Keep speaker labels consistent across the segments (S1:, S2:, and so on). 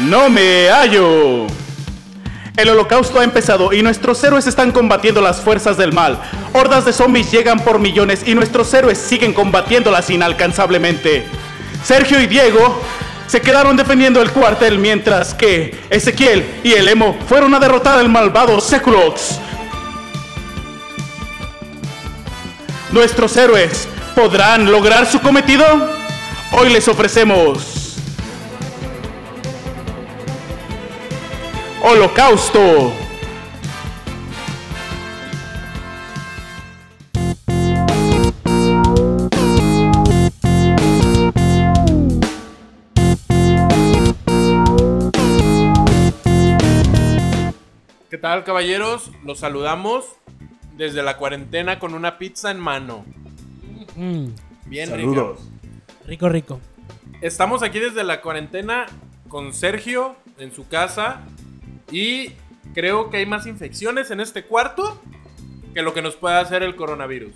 S1: No me hallo. El holocausto ha empezado y nuestros héroes están combatiendo las fuerzas del mal. Hordas de zombies llegan por millones y nuestros héroes siguen combatiéndolas inalcanzablemente. Sergio y Diego se quedaron defendiendo el cuartel mientras que Ezequiel y el Emo fueron a derrotar al malvado Seculox. ¿Nuestros héroes podrán lograr su cometido? Hoy les ofrecemos Holocausto.
S2: ¿Qué tal, caballeros? Los saludamos desde la cuarentena con una pizza en mano.
S3: Mm,
S2: Bien,
S1: Saludos.
S3: rico, rico.
S2: rica. Estamos aquí desde la cuarentena con Sergio en su casa y creo que hay más infecciones en este cuarto que lo que nos puede hacer el coronavirus.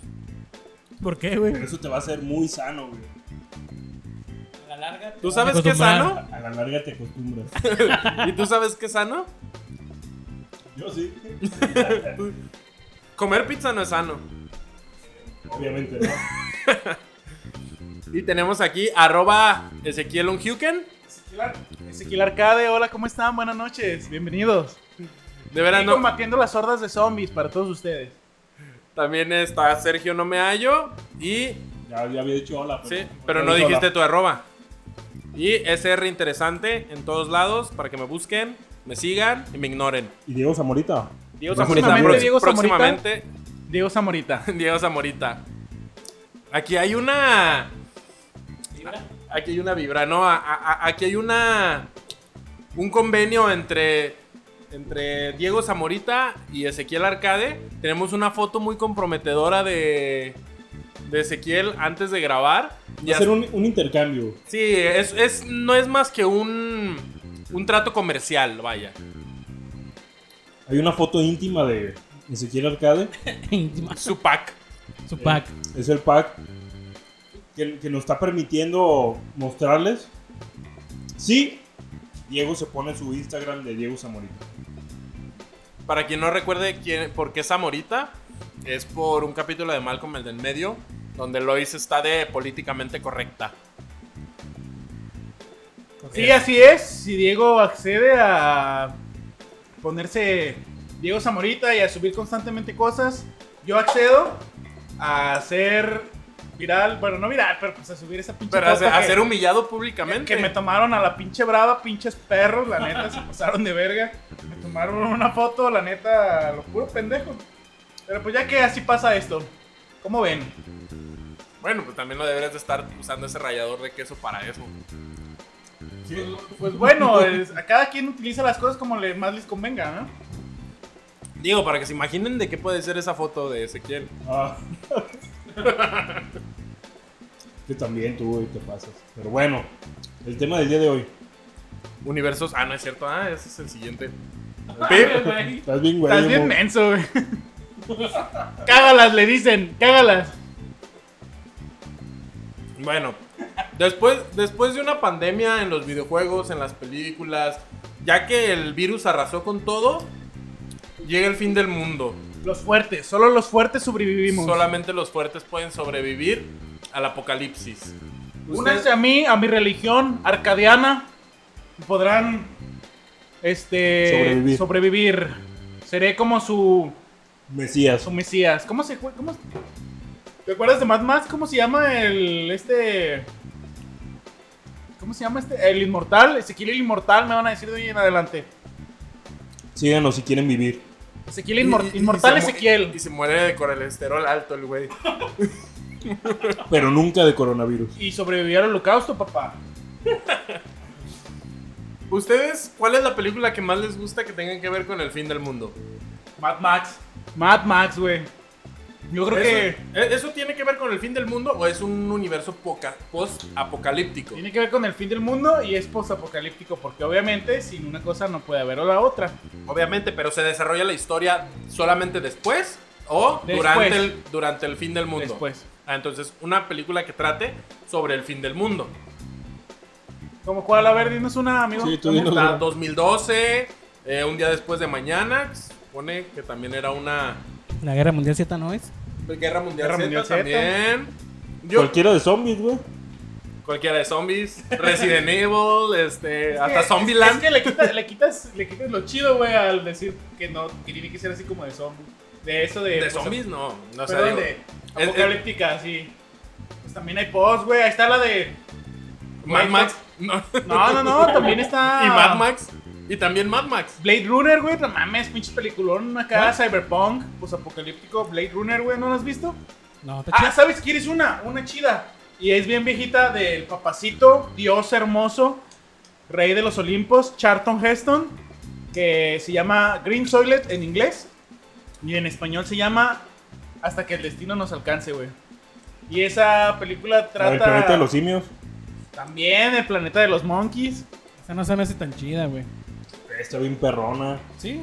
S3: ¿Por qué, güey?
S4: Eso te va a hacer muy sano, güey.
S2: ¿Tú sabes qué es sano?
S4: A la larga te acostumbras.
S2: ¿Y tú sabes qué es sano?
S4: Yo sí.
S2: Comer pizza no es sano.
S4: Obviamente, ¿no?
S2: Y tenemos aquí arroba Ezequiel Unhuken.
S1: Ezequiel Arcade, hola, ¿cómo están? Buenas noches, bienvenidos.
S2: De veras no-
S1: combatiendo las hordas de zombies para todos ustedes.
S2: También está Sergio No Me Hallo. Y
S4: Ya, ya había dicho hola.
S2: Sí, pero no dijiste tu arroba. Y SR interesante en todos lados para que me busquen, me sigan y me ignoren.
S4: ¿Y Diego Zamorita?
S2: Diego
S4: Próximamente,
S2: Zamorita. pro-
S1: Diego Zamorita.
S2: próximamente,
S1: Diego Zamorita.
S2: Diego Zamorita. Aquí hay una. Aquí hay una vibra, no. a- a- a- aquí hay una. Un convenio entre. Entre Diego Zamorita y Ezequiel Arcade. Tenemos una foto muy comprometedora de. De Ezequiel antes de grabar. Y
S4: Va a
S2: hasta-
S4: ser un, un intercambio.
S2: Sí, es, es- no es más que un, un trato comercial, vaya.
S4: Hay una foto íntima de Ezequiel Arcade.
S2: Su pack.
S3: Su pack.
S4: Es el pack que, que nos está permitiendo mostrarles. Sí, Diego se pone su Instagram de Diego Zamorita.
S2: Para quien no recuerde quién, por qué Zamorita, es por un capítulo de Malcolm el del medio, donde Lois está de políticamente correcta.
S1: Sí, así es. Si Diego accede a ponerse Diego Zamorita y a subir constantemente cosas, yo accedo a hacer viral, bueno, no viral, pero pues a subir esa pinche
S2: Pero a,
S1: foto
S2: ser- a
S1: que-
S2: ser humillado
S1: que,
S2: públicamente.
S1: me tomaron a la pinche brava, pinches perros, la neta, se pasaron de verga. Me tomaron una foto, la neta, lo puro pendejo. Pero pues ya que así pasa esto, ¿cómo ven?
S2: bueno, pues también no deberías de estar usando ese rallador de queso para eso.
S1: Pues bueno, es- a cada quien utiliza las cosas como le, más les convenga, ¿no?
S2: Digo, para que se imaginen de qué puede ser esa foto de Ezequiel.
S4: Ah. que también tú, güey, te pasas. Pero bueno, el tema del día de hoy.
S2: Universos. Ah, no es cierto. Ah, ese es el siguiente.
S4: Estás bien, güey.
S1: Estás bien
S4: Memo?
S1: menso, güey. cágalas, le dicen, cágalas.
S2: Bueno, después, después de una pandemia en los videojuegos, en las películas, ya que el virus arrasó con todo, llega el fin del mundo.
S1: Los fuertes, solo los fuertes sobrevivimos.
S2: Solamente los fuertes pueden sobrevivir al apocalipsis.
S1: Únanse a mí, a mi religión arcadiana. y Podrán este
S4: Sobrevivir.
S1: sobrevivir. Seré como su,
S4: Mesías.
S1: su mesías. ¿Cómo se jue- cómo se- ¿Te acuerdas de Mad Max? ¿Cómo se llama el este ¿Cómo se llama este? El inmortal, Ezequiel el inmortal, me van a decir de hoy en adelante.
S4: Síganos si quieren vivir.
S1: Ezequiel
S2: Y-
S1: inmor-
S2: y- y
S1: inmortal
S2: se mu-
S1: Ezequiel.
S2: Y se muere de colesterol alto el güey.
S4: Pero nunca de coronavirus.
S1: Y sobrevivió al holocausto, papá.
S2: ¿Ustedes cuál es la película que más les gusta que tengan que ver con el fin del mundo?
S1: Mad Max. Mad Max, güey. Yo creo que
S2: ¿Eso, e- ¿Eso tiene que ver con el fin del mundo o es un universo poca- post-apocalíptico?
S1: Tiene que ver con el fin del mundo y es postapocalíptico, porque obviamente sin una cosa no puede haber o la otra.
S2: Obviamente, pero se desarrolla la historia solamente después o
S1: Después.
S2: Durante, el, durante el fin del mundo.
S1: Después.
S2: Ah, entonces, una película que trate sobre el fin del mundo.
S5: ¿Cómo cuál? A ver, dinos una, amigo.
S4: Sí, tú
S5: ¿Cómo?
S4: dinos.
S2: Está 2012, eh, un día después de mañana. se Supone que también era una
S3: La guerra mundial Z no es.
S2: guerra mundial,
S5: Guerra
S2: Z
S5: Mundial Z.
S2: también. Yo,
S4: Cualquiera de zombies, güey.
S2: cualquiera de zombies, Resident Evil, este,
S1: Es que-
S2: hasta Zombieland.
S1: Es que le quitas, le quitas, le quitas lo chido, güey, al decir que no, que tiene que ser así como de zombies. De eso de.
S2: de
S1: pues,
S2: zombies no, no sé.
S1: Perdón,
S2: digo,
S1: de
S2: es-
S1: apocalíptica, sí. Pues también hay post, güey. Ahí está la de.
S2: Mad Max. No.
S1: No, Ah. no, no, también está.
S2: y Mad Max. Y también Mad Max.
S1: Blade Runner, güey, no mames, pinche peliculón acá, Cyberpunk, pues apocalíptico, Blade Runner, güey, ¿no lo has visto?
S3: No, está
S1: Ah, ¿sabes? ¿Quieres una? Una chida. Y es bien viejita del papacito, Dios hermoso, rey de los Olimpos, Charlton Heston, que se llama Green Soilet en inglés. Y en español se llama Hasta que el destino nos alcance, güey. Y esa película trata...
S4: El planeta de los simios.
S1: También el planeta de los monkeys.
S3: Esa no se me hace tan chida, güey.
S4: Está bien perrona.
S3: Sí,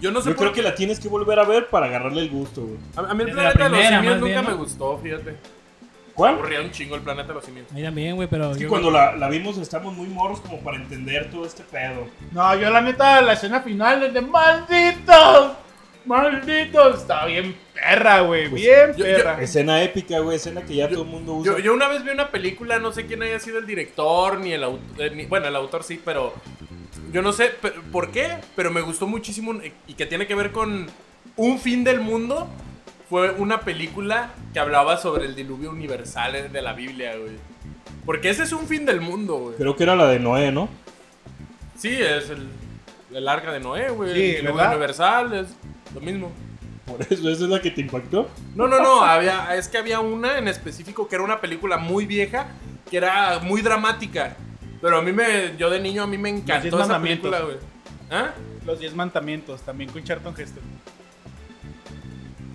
S2: Yo no sé
S4: Yo
S2: por
S4: creo que la tienes que volver a ver para agarrarle el gusto, güey.
S2: A, a mí el
S3: Desde
S2: planeta de
S3: la
S2: los
S3: primera,
S2: simios
S3: más
S2: nunca
S3: bien,
S2: me
S3: ¿no?
S2: gustó, fíjate. Me
S4: ¿Cuál?
S2: Aburría un chingo el planeta de los simios.
S3: ahí también, güey, pero.
S4: Es que
S3: yo-
S4: cuando la, la vimos estamos muy morros como para entender todo este pedo.
S1: No, yo la neta, la escena final es de malditos. Malditos. Está bien perra, güey.
S4: Pues,
S1: Bien
S2: yo- yo-
S1: perra.
S4: Escena épica, güey, escena que ya todo el mundo usa.
S2: Yo, yo una vez vi una película, no sé quién haya sido el director, ni el autor. bueno, el autor sí, pero. Yo no sé pe- por qué, pero me gustó muchísimo un- y que tiene que ver con un fin del mundo. Fue una película que hablaba sobre el diluvio universal de la Biblia, güey. Porque ese es un fin del mundo, güey.
S4: Creo que era la de Noé, ¿no?
S2: Sí, es el, el arca de Noé, güey.
S1: Sí,
S2: el diluvio
S1: ¿verdad?
S2: universal, es lo mismo.
S4: Por eso, esa es la que te impactó.
S2: No, no, no, había, es que había una en específico que era una película muy vieja, que era muy dramática. Pero a mí me, yo de niño a mí me
S1: Diez
S2: encantó esa
S1: Mandamientos.
S2: película, güey. ¿Ah?
S1: Los 10 mandamientos, también con Charlton Heston.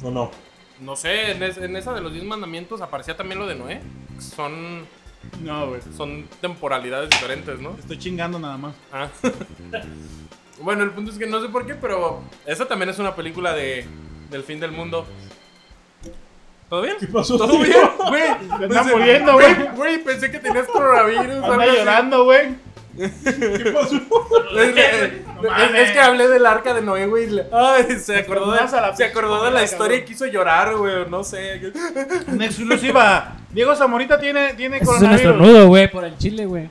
S4: No, no.
S2: No sé, en, es- en esa de los diez mandamientos aparecía también lo de Noé. Son,
S1: No, güey.
S2: son temporalidades diferentes, ¿no?
S1: Te estoy chingando nada más.
S2: Ah. bueno, el punto es que no sé por qué, pero esa también es una película de, del fin del mundo. ¿Todo bien?
S4: ¿Qué pasó?
S2: ¿Todo
S4: tío?
S2: bien? Güey,
S1: Me están
S2: pensé-
S1: muriendo, güey.
S2: Güey, pensé que tenías coronavirus. algo
S1: Anda
S2: así.
S1: llorando, güey.
S4: ¿Qué pasó?
S2: Es que,
S1: No mames.
S2: es- es que hablé del arca de Noé, güey. y le- Ay, se acordó de,
S1: Más a la
S2: se acordó de la
S1: cabrón.
S2: historia y quiso llorar, güey. No sé.
S1: Una exclusiva. Diego Zamorita tiene, tiene
S3: Ese es un
S1: coronavirus.
S3: estornudo, güey, por el chile, güey.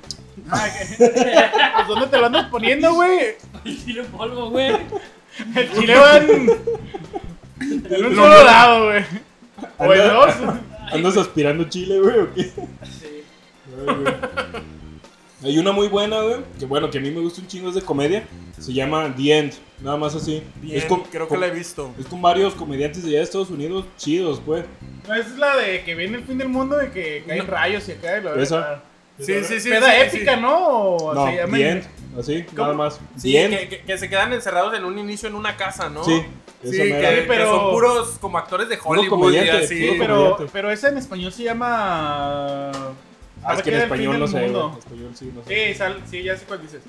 S1: Ay, ¿qué? Pues, ¿Dónde te lo andas poniendo, güey?
S3: Chile polvo, güey.
S1: El chile va en, en un
S2: Lo-
S1: solo lado, güey. O en dos.
S4: ¿Andas, andas aspirando chile, güey, o qué? Sí. Hay una muy buena, güey, que bueno, que a mí me gusta un chingo, es de comedia. Se llama The End, nada más así.
S2: Bien,
S4: es con,
S2: creo que
S4: con-
S2: la he visto.
S4: es con varios comediantes de allá de Estados Unidos chidos, pues.
S1: No, esa es la de que viene el fin del mundo y que caen
S2: No.
S1: rayos y acá. y la
S4: Esa.
S1: verdad.
S2: Sí, sí, sí.
S1: Peda
S2: sí,
S1: épica,
S2: sí.
S1: ¿no?
S2: Oh,
S1: O
S4: No,
S1: se llama-
S4: The End, así, nada más.
S2: Sí,
S4: The End.
S2: que, que- que se quedan encerrados en un inicio en una casa, ¿no?
S4: Sí,
S2: Sí,
S4: esa
S2: que,
S4: mera. Ah,
S2: que
S1: pero-
S2: son puros como actores de
S4: Puro
S2: Hollywood y
S4: comediante,
S2: así.
S1: Sí,
S4: puro
S1: pero,
S4: comediante.
S1: pero esa en español se llama.
S4: Ah, es que en
S1: Arquera del fin
S4: español
S1: del
S4: no sé, güey.
S1: mundo.
S4: En español sí, no sé.
S1: Sí, sal- sí, ya sé cuál dices.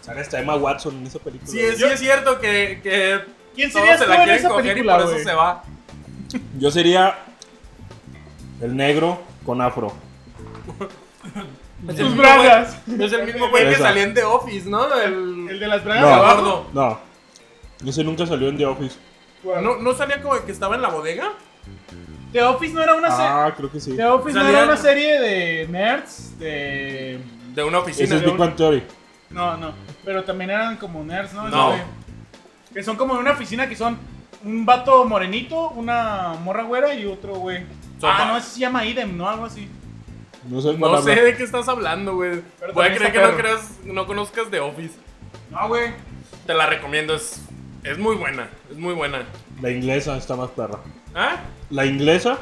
S4: Sale hasta Emma Watson en esa película.
S2: Sí, es, sí
S1: Yo-
S2: es cierto que, que
S1: ¿Quién
S2: todos
S1: sería
S2: se
S1: tú
S2: la
S1: en
S2: quieren
S1: esa
S2: coger y
S1: película,
S2: por eso
S1: güey?
S2: se va.
S4: Yo sería el negro con afro.
S2: Es
S1: Tus
S2: mismo
S1: bragas.
S2: güey- Es el mismo güey que
S4: Esa.
S2: salía en The Office, ¿no?
S1: El
S2: El,
S1: de las bragas
S4: No.
S1: abajo.
S2: gordo.
S4: No, ese nunca salió en The Office.
S2: ¿No, ¿No salía como el que estaba en la bodega?
S1: The Office no era
S2: Pues,
S1: una serie.
S2: eh,
S4: Ah, creo que sí.
S1: The Office no
S2: Salía-
S1: era una serie de nerds, de.
S2: De una
S4: Ese
S2: oficina.
S4: es Big Bang Theory.
S1: No, no. Pero también eran como nerds, ¿no?
S2: No.
S1: Ese- Que son como de una oficina que son un vato morenito, una morra güera y otro güey.
S2: Son
S1: Ah,
S2: va-
S1: no, ese se llama Idem, ¿no? Algo así.
S4: No sé
S2: No
S4: cuál
S2: sé
S4: habla.
S2: de qué estás hablando, güey.
S1: Pero
S2: Voy a
S1: también
S2: creer que
S1: está
S2: no,
S1: perro.
S2: creas, no conozcas The Office.
S1: No, güey.
S2: Te la recomiendo, es, es muy buena, es muy buena.
S4: La inglesa está más perra.
S2: ¿Ah?
S4: La inglesa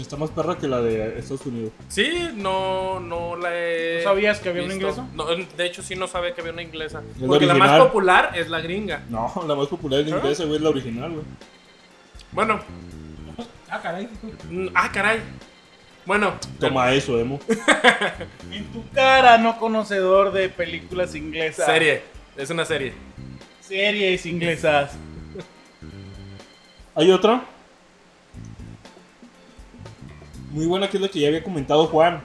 S4: está más perra que la de Estados Unidos.
S2: Sí, no, no la he
S1: ¿No sabías que había una
S2: visto.
S1: inglesa?
S2: No, de hecho, sí no sabe que había una inglesa.
S4: la
S2: Porque la más
S4: original.
S2: popular es la gringa.
S4: No, la más popular es la
S2: ¿Ah?
S4: inglesa, güey, es la original, güey.
S2: Bueno,
S3: Ah, caray.
S2: mm, ah, caray. Bueno,
S4: Toma eso, Emo.
S1: En tu cara, no conocedor de películas inglesas.
S2: serie. Es una serie.
S1: Series inglesas.
S4: Hay otra. Muy buena que es la que ya había comentado Juan.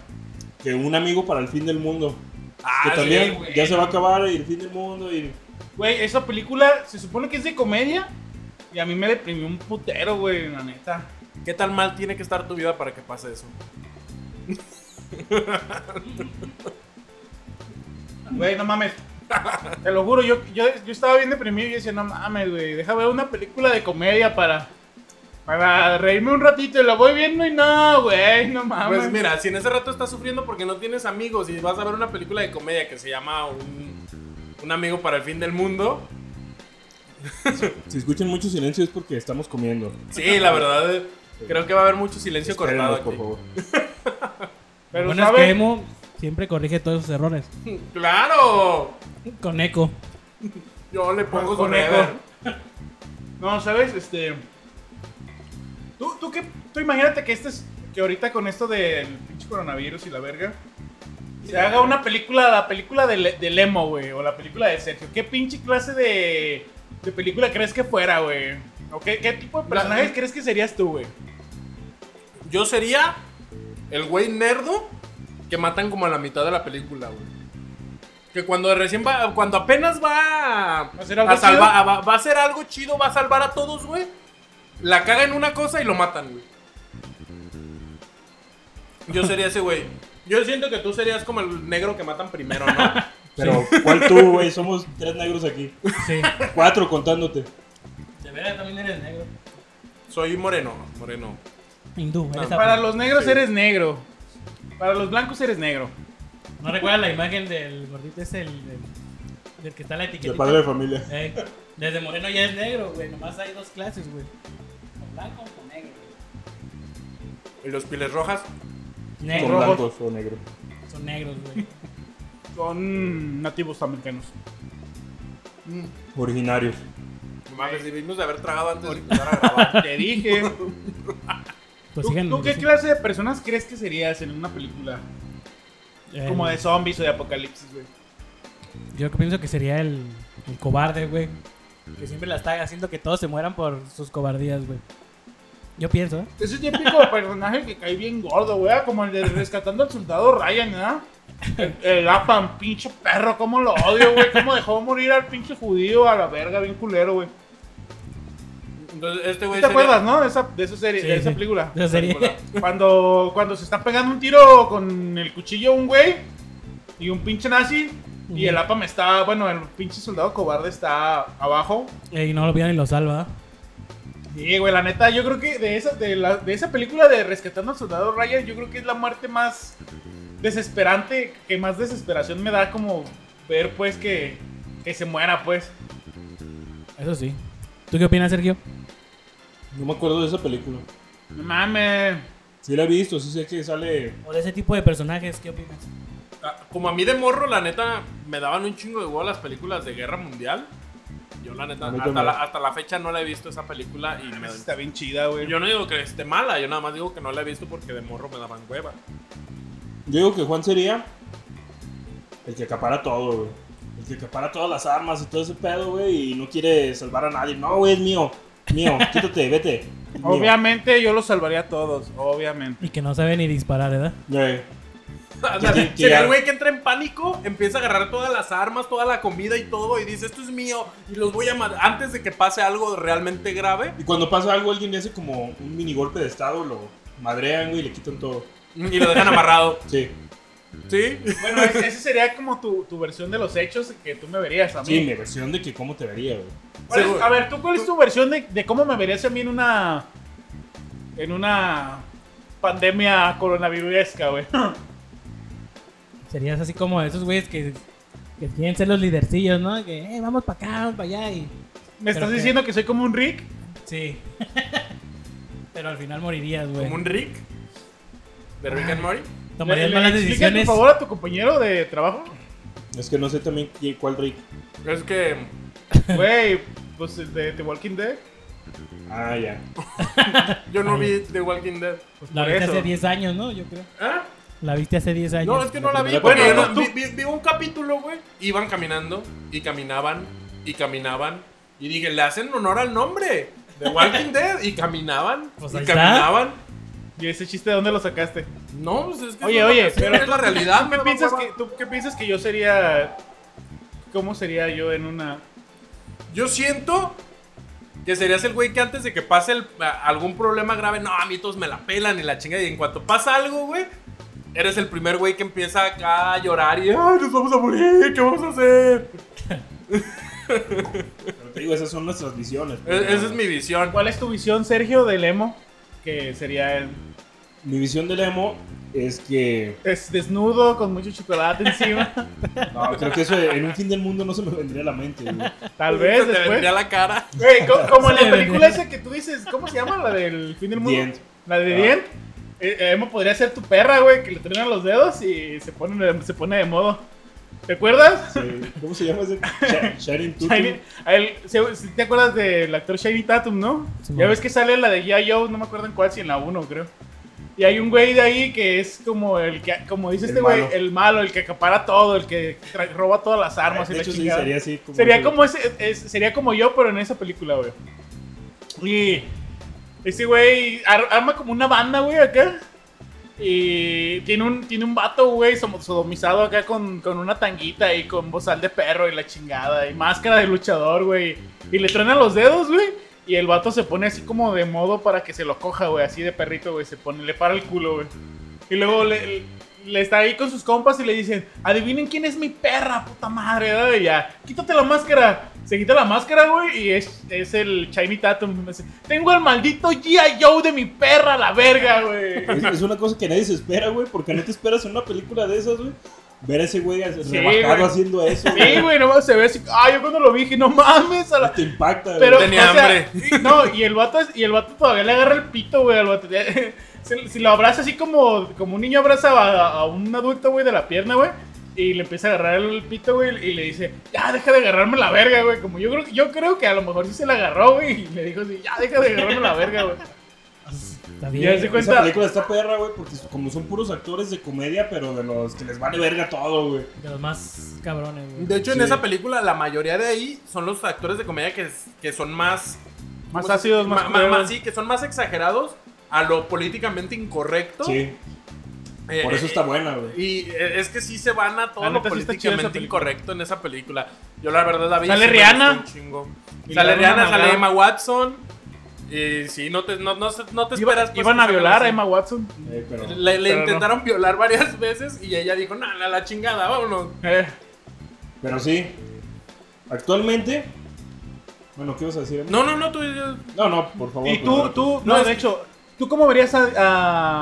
S4: Que un amigo para el fin del mundo.
S2: Ah,
S4: que
S2: sí,
S4: también
S2: güey.
S4: ya se va a acabar y el fin del mundo y
S1: Güey, esa película se supone que es de comedia. Y a mí me deprimió un putero, güey, la neta.
S2: ¿Qué tan mal tiene que estar tu vida para que pase eso?
S1: Güey, no mames. Te lo juro, yo, yo, yo estaba bien deprimido y yo decía, no mames, güey, deja ver una película de comedia para, para reírme un ratito y la voy viendo y no, güey, no mames.
S2: Pues mira, si en ese rato estás sufriendo porque no tienes amigos y vas a ver una película de comedia que se llama Un, un amigo para el fin del mundo.
S4: si escuchan mucho silencio es porque estamos comiendo.
S2: Sí, la verdad, eh, creo que va a haber mucho silencio cortado
S4: Espérenos,
S2: aquí.
S4: por favor.
S1: Pero
S3: bueno es
S1: ¿sabes?
S3: que Emo siempre corrige todos sus errores.
S2: ¡Claro!
S3: Con eco.
S2: Yo le pongo
S1: Con
S2: con
S1: eco.
S2: Ever.
S1: No, ¿sabes? Este... Tú, tú qué... Tú imagínate que este es- Que ahorita con esto del pinche coronavirus y la verga... Se haga una película, la película de, Le- de Lemo, güey, o la película de Sergio. ¿Qué pinche clase de, de película crees que fuera, güey? ¿O qué, qué tipo de personaje
S2: La-
S1: crees que serías tú, güey?
S2: Yo sería el güey nerdo que matan como a la mitad de la película, güey. Que cuando recién va, cuando apenas va a,
S1: ¿Va a hacer algo
S2: salva-
S1: chido?
S2: a- va, va a hacer algo chido, va a salvar a todos, güey. La caga en una cosa y lo matan, güey. Yo sería ese güey. Yo siento que tú serías como el negro que matan primero, ¿no?
S4: Pero ¿cuál tú, güey? Somos tres negros aquí.
S3: Sí.
S4: Cuatro contándote.
S3: De verdad también eres negro.
S2: Soy moreno, moreno.
S3: Hindú. eres
S1: Para
S3: afro.
S1: los negros
S2: Sí.
S1: eres negro. Para los blancos eres negro.
S3: ¿No recuerdas la imagen del gordito ese, el, del, del que está la etiqueta?
S4: De padre de familia.
S3: Eh, desde moreno ya es negro, güey. Nomás hay dos clases, güey. Con blanco o con negro, güey.
S2: Y los piles rojas.
S4: Son
S3: Negro.
S1: Rojos.
S4: blancos o negros.
S3: Son negros, güey.
S1: Son nativos americanos.
S4: Originarios.
S2: No Mames, debimos de haber tragado antes de empezar a grabar.
S1: Te dije.
S3: Pues
S1: ¿Tú,
S3: síganme,
S1: tú qué
S3: sí.
S1: clase de personas crees que serías en una película?
S3: El-
S1: Como de zombies o de apocalipsis, güey.
S3: Yo que pienso que sería el, el cobarde, güey. Que siempre la está haciendo que todos se mueran por sus cobardías, güey. Yo pienso, ¿eh?
S1: Ese típico personaje que cae bien gordo, güey. Como el de rescatando al soldado Ryan, ¿verdad? El, el Apan, pinche perro, cómo lo odio, güey. Cómo dejó morir al pinche judío a la verga, bien culero, güey.
S2: Entonces, este
S1: ¿Sí
S2: güey
S1: ¿Te
S2: sería-
S1: acuerdas, no? De esa, de esa serie,
S3: Sí,
S1: de esa
S3: sí.
S1: película.
S3: Esa serie.
S1: Cuando, cuando se está pegando un tiro con el cuchillo un güey y un pinche nazi y el APAM está, bueno, el pinche soldado cobarde está abajo.
S3: y no lo vieron y lo salva.
S1: Y güey, la neta, yo creo que de esa, de, la- de esa película de Rescatando al Soldado Ryan, yo creo que es la muerte más desesperante, que más desesperación me da como ver pues que, que se muera pues.
S3: Eso sí. ¿Tú qué opinas, Sergio?
S4: No me acuerdo de esa película.
S1: No mames.
S4: Sí la he visto, sí sé que sale.
S3: O de ese tipo de personajes, ¿qué opinas?
S2: Ah, Como a mí de morro, la neta, me daban un chingo de huevo las películas de guerra mundial. Yo, la neta,
S4: A mí
S2: hasta
S4: también.
S2: la, hasta la fecha no la he visto esa película. Y me-
S1: Está bien chida, güey.
S2: yo no digo que esté mala, yo nada más digo que no la he visto porque de morro me daban hueva.
S4: Yo digo que Juan sería el que acapara todo, güey. El que acapara todas las armas y todo ese pedo, güey. Y no quiere salvar a nadie. No, güey, es mío. Mío, quítate, vete. Es mío.
S1: Obviamente yo los salvaría a todos, obviamente.
S3: Y que no sabe ni disparar, ¿verdad?
S4: Güey.
S2: Ándale,
S4: que
S2: Sería
S4: ya-
S2: el güey que entra en pánico, empieza a agarrar todas las armas, toda la comida y todo, y dice, esto es mío, y los voy a matar antes de que pase algo realmente grave.
S4: Y cuando pasa algo, alguien le hace como un mini golpe de estado, lo madrean, güey, y le quitan todo.
S2: Y lo dejan amarrado.
S4: Sí,
S2: ¿Sí?
S1: Bueno, es- esa sería como tu, tu versión de los hechos que tú me verías a mí.
S4: sí, mi versión de que cómo te vería, güey.
S1: ¿Cuál es-
S2: Seguro.
S1: a ver, ¿tú cuál es tu versión de, de cómo me verías a mí en una. en una. pandemia coronavirusca, güey?
S3: Serías así como esos güeyes que, que quieren ser los lidercillos, ¿no? Que, eh, vamos para acá, vamos para allá y...
S1: ¿Me estás
S3: qué?
S1: diciendo que soy como un Rick?
S3: Sí. Pero al final morirías, güey.
S2: Como un Rick. De Rick and Morty.
S3: Tomarías
S1: ¿Le- le
S3: malas
S1: explicas,
S3: decisiones.
S1: Eh, por favor, a tu compañero de trabajo?
S4: Es que no sé también qui- cuál Rick.
S2: Es que
S1: Güey, pues el de The Walking Dead.
S4: Ah, ya.
S2: yo no vi The Walking Dead.
S1: Pues
S3: La
S1: por
S3: viste
S1: eso.
S3: hace 10 años, ¿no? Yo creo.
S2: ¿Ah?
S3: La viste hace 10 años.
S2: No, es que no la vi.
S4: primera
S2: Bueno,
S4: temporada.
S2: yo no- vi, vi- vi un capítulo, güey. Iban caminando y caminaban y caminaban. Y dije, le hacen honor al nombre de Walking Dead. Y caminaban
S3: Pues
S2: y
S3: ahí está.
S2: caminaban.
S1: ¿Y ese chiste de dónde lo sacaste?
S2: No, pues es que
S1: Oye,
S2: es lo
S1: oye,
S2: que-
S1: pero
S2: es la realidad.
S1: ¿Tú qué,
S2: no,
S1: piensas
S2: no,
S1: que, ¿Tú qué piensas que yo sería? ¿Cómo sería yo en una...?
S2: Yo siento que serías el güey que antes de que pase el- a- algún problema grave, no, a mí todos me la pelan y la chinga. Y en cuanto pasa algo, güey, eres el primer güey que empieza acá a llorar y, ay, nos vamos a morir, ¿qué vamos a hacer?
S4: Pero te digo, esas son nuestras visiones.
S2: E- esa es mi visión.
S1: ¿Cuál es tu visión, Sergio, del emo? Que sería... el-
S4: Mi visión del emo es que.
S1: Es desnudo, con mucho chocolate encima.
S4: No, creo que eso en un fin del mundo no se me vendría a la mente. güey.
S1: Tal vez
S2: Se te
S1: después.
S2: vendría la cara.
S1: Güey, co- como en
S3: Se
S1: la
S3: le
S1: película
S3: vendría.
S1: esa que tú dices, ¿cómo se llama? La del fin del
S4: The
S1: mundo.
S4: End.
S1: La de
S4: Ah.
S1: bien. Emo podría ser tu perra, güey, que le truenan los dedos y se pone, se pone de modo. ¿Te acuerdas?
S4: Sí. ¿Cómo se llama ese? Sha- Sharing Tutu.
S1: Shiny- a él- se- se- ¿Te acuerdas del actor Shiny Tatum, no?
S3: Sí,
S1: ya
S3: man.
S1: ves que sale la de G.I. Joe, no me acuerdo en cuál, si en la 1, creo. Y hay un güey de ahí que es como el que, como dice
S4: El
S1: este güey,
S4: malo.
S1: el malo, el que acapara todo, el que tra- roba todas las armas
S4: Ah,
S1: y
S4: De
S1: la
S4: hecho, sí,
S1: chingada.
S4: sería así. Como
S1: Sería
S4: que-
S1: como ese, es- sería como yo, pero en esa película, güey. Y ese güey ar- arma como una banda, güey, acá. Y tiene un, tiene un vato, güey, som- sodomizado acá con, con una tanguita y con bozal de perro y la chingada. Y máscara de luchador, güey. Y le truenan los dedos, güey. Y el vato se pone así como de modo para que se lo coja, güey. Así de perrito, güey. Se pone, le para el culo, güey. Y luego le, le está ahí con sus compas y le dicen, adivinen quién es mi perra, puta madre. ¿verdad? Y ya, quítate la máscara. Se quita la máscara, güey, y es, es el Shiny Tatum. Dice, Tengo el maldito G.I. Joe de mi perra, la verga, güey.
S4: Es, es una cosa que nadie se espera, güey, porque no te esperas en una película de esas, güey. Ver a ese güey rebajado
S1: güey.
S4: haciendo eso.
S1: Sí, güey, nomás se ve así. Ah, yo cuando lo vi dije, no mames, a la,
S4: Te impacta,
S1: Pero,
S4: güey.
S2: Tenía
S1: o sea,
S2: hambre.
S1: y- No, y el vato, es- y el vato todavía le agarra el pito, güey, al vato. Se- Si lo abraza así como, como un niño abraza a, a un adulto, güey, de la pierna, güey. Y le empieza a agarrar el pito, güey, y le dice, ya, deja de agarrarme la verga, güey. Como yo creo, que- yo creo que a lo mejor sí se la agarró, güey. Y le dijo así, ya, deja de agarrarme la verga, güey.
S3: Está
S1: Ya se
S3: bien.
S1: cuenta.
S4: Esa película está perra, güey, porque como son puros actores de comedia, pero de los que les vale verga todo, güey.
S3: De los más cabrones, güey.
S2: De hecho, en
S4: Sí.
S2: esa película, la mayoría de ahí son los actores de comedia que, es- que son más.
S1: Más
S2: ¿cómo se-
S1: ácidos, más
S2: ma- ma-
S1: culeros.
S2: ma- Sí, que son más exagerados a lo políticamente incorrecto.
S4: Sí,
S2: Eh,
S4: por eso
S2: eh,
S4: está buena, güey.
S2: Y eh, es que sí se van a todo
S1: La
S2: lo
S1: neta sí está chida esa
S2: políticamente
S1: película.
S2: incorrecto en esa película. Yo la verdad la vi. y sí
S1: Sale
S2: me
S1: Rihanna.
S2: gustó un chingo.
S1: Y le
S2: Sale
S1: dan una
S2: Rihanna, sale
S1: nalgada.
S2: Emma Watson. Y sí, no te, no, no, se- no te
S1: Iba-
S2: esperas. pues,
S1: iban
S2: que
S1: a
S2: salgan
S1: violar a
S2: así.
S1: Emma Watson.
S4: Eh, pero
S2: Le, le
S1: Pero no.
S2: intentaron violar varias veces y ella dijo, nada, la chingada, vámonos.
S1: Eh,
S4: Pero sí, actualmente. Bueno, ¿qué vas a decir?
S2: No, no, no, tú. yo-
S4: no, no, por favor.
S1: y
S4: por
S1: tú,
S4: favor.
S1: tú,
S2: No,
S1: no,
S2: es
S1: de
S2: que-
S1: hecho, ¿tú cómo verías a...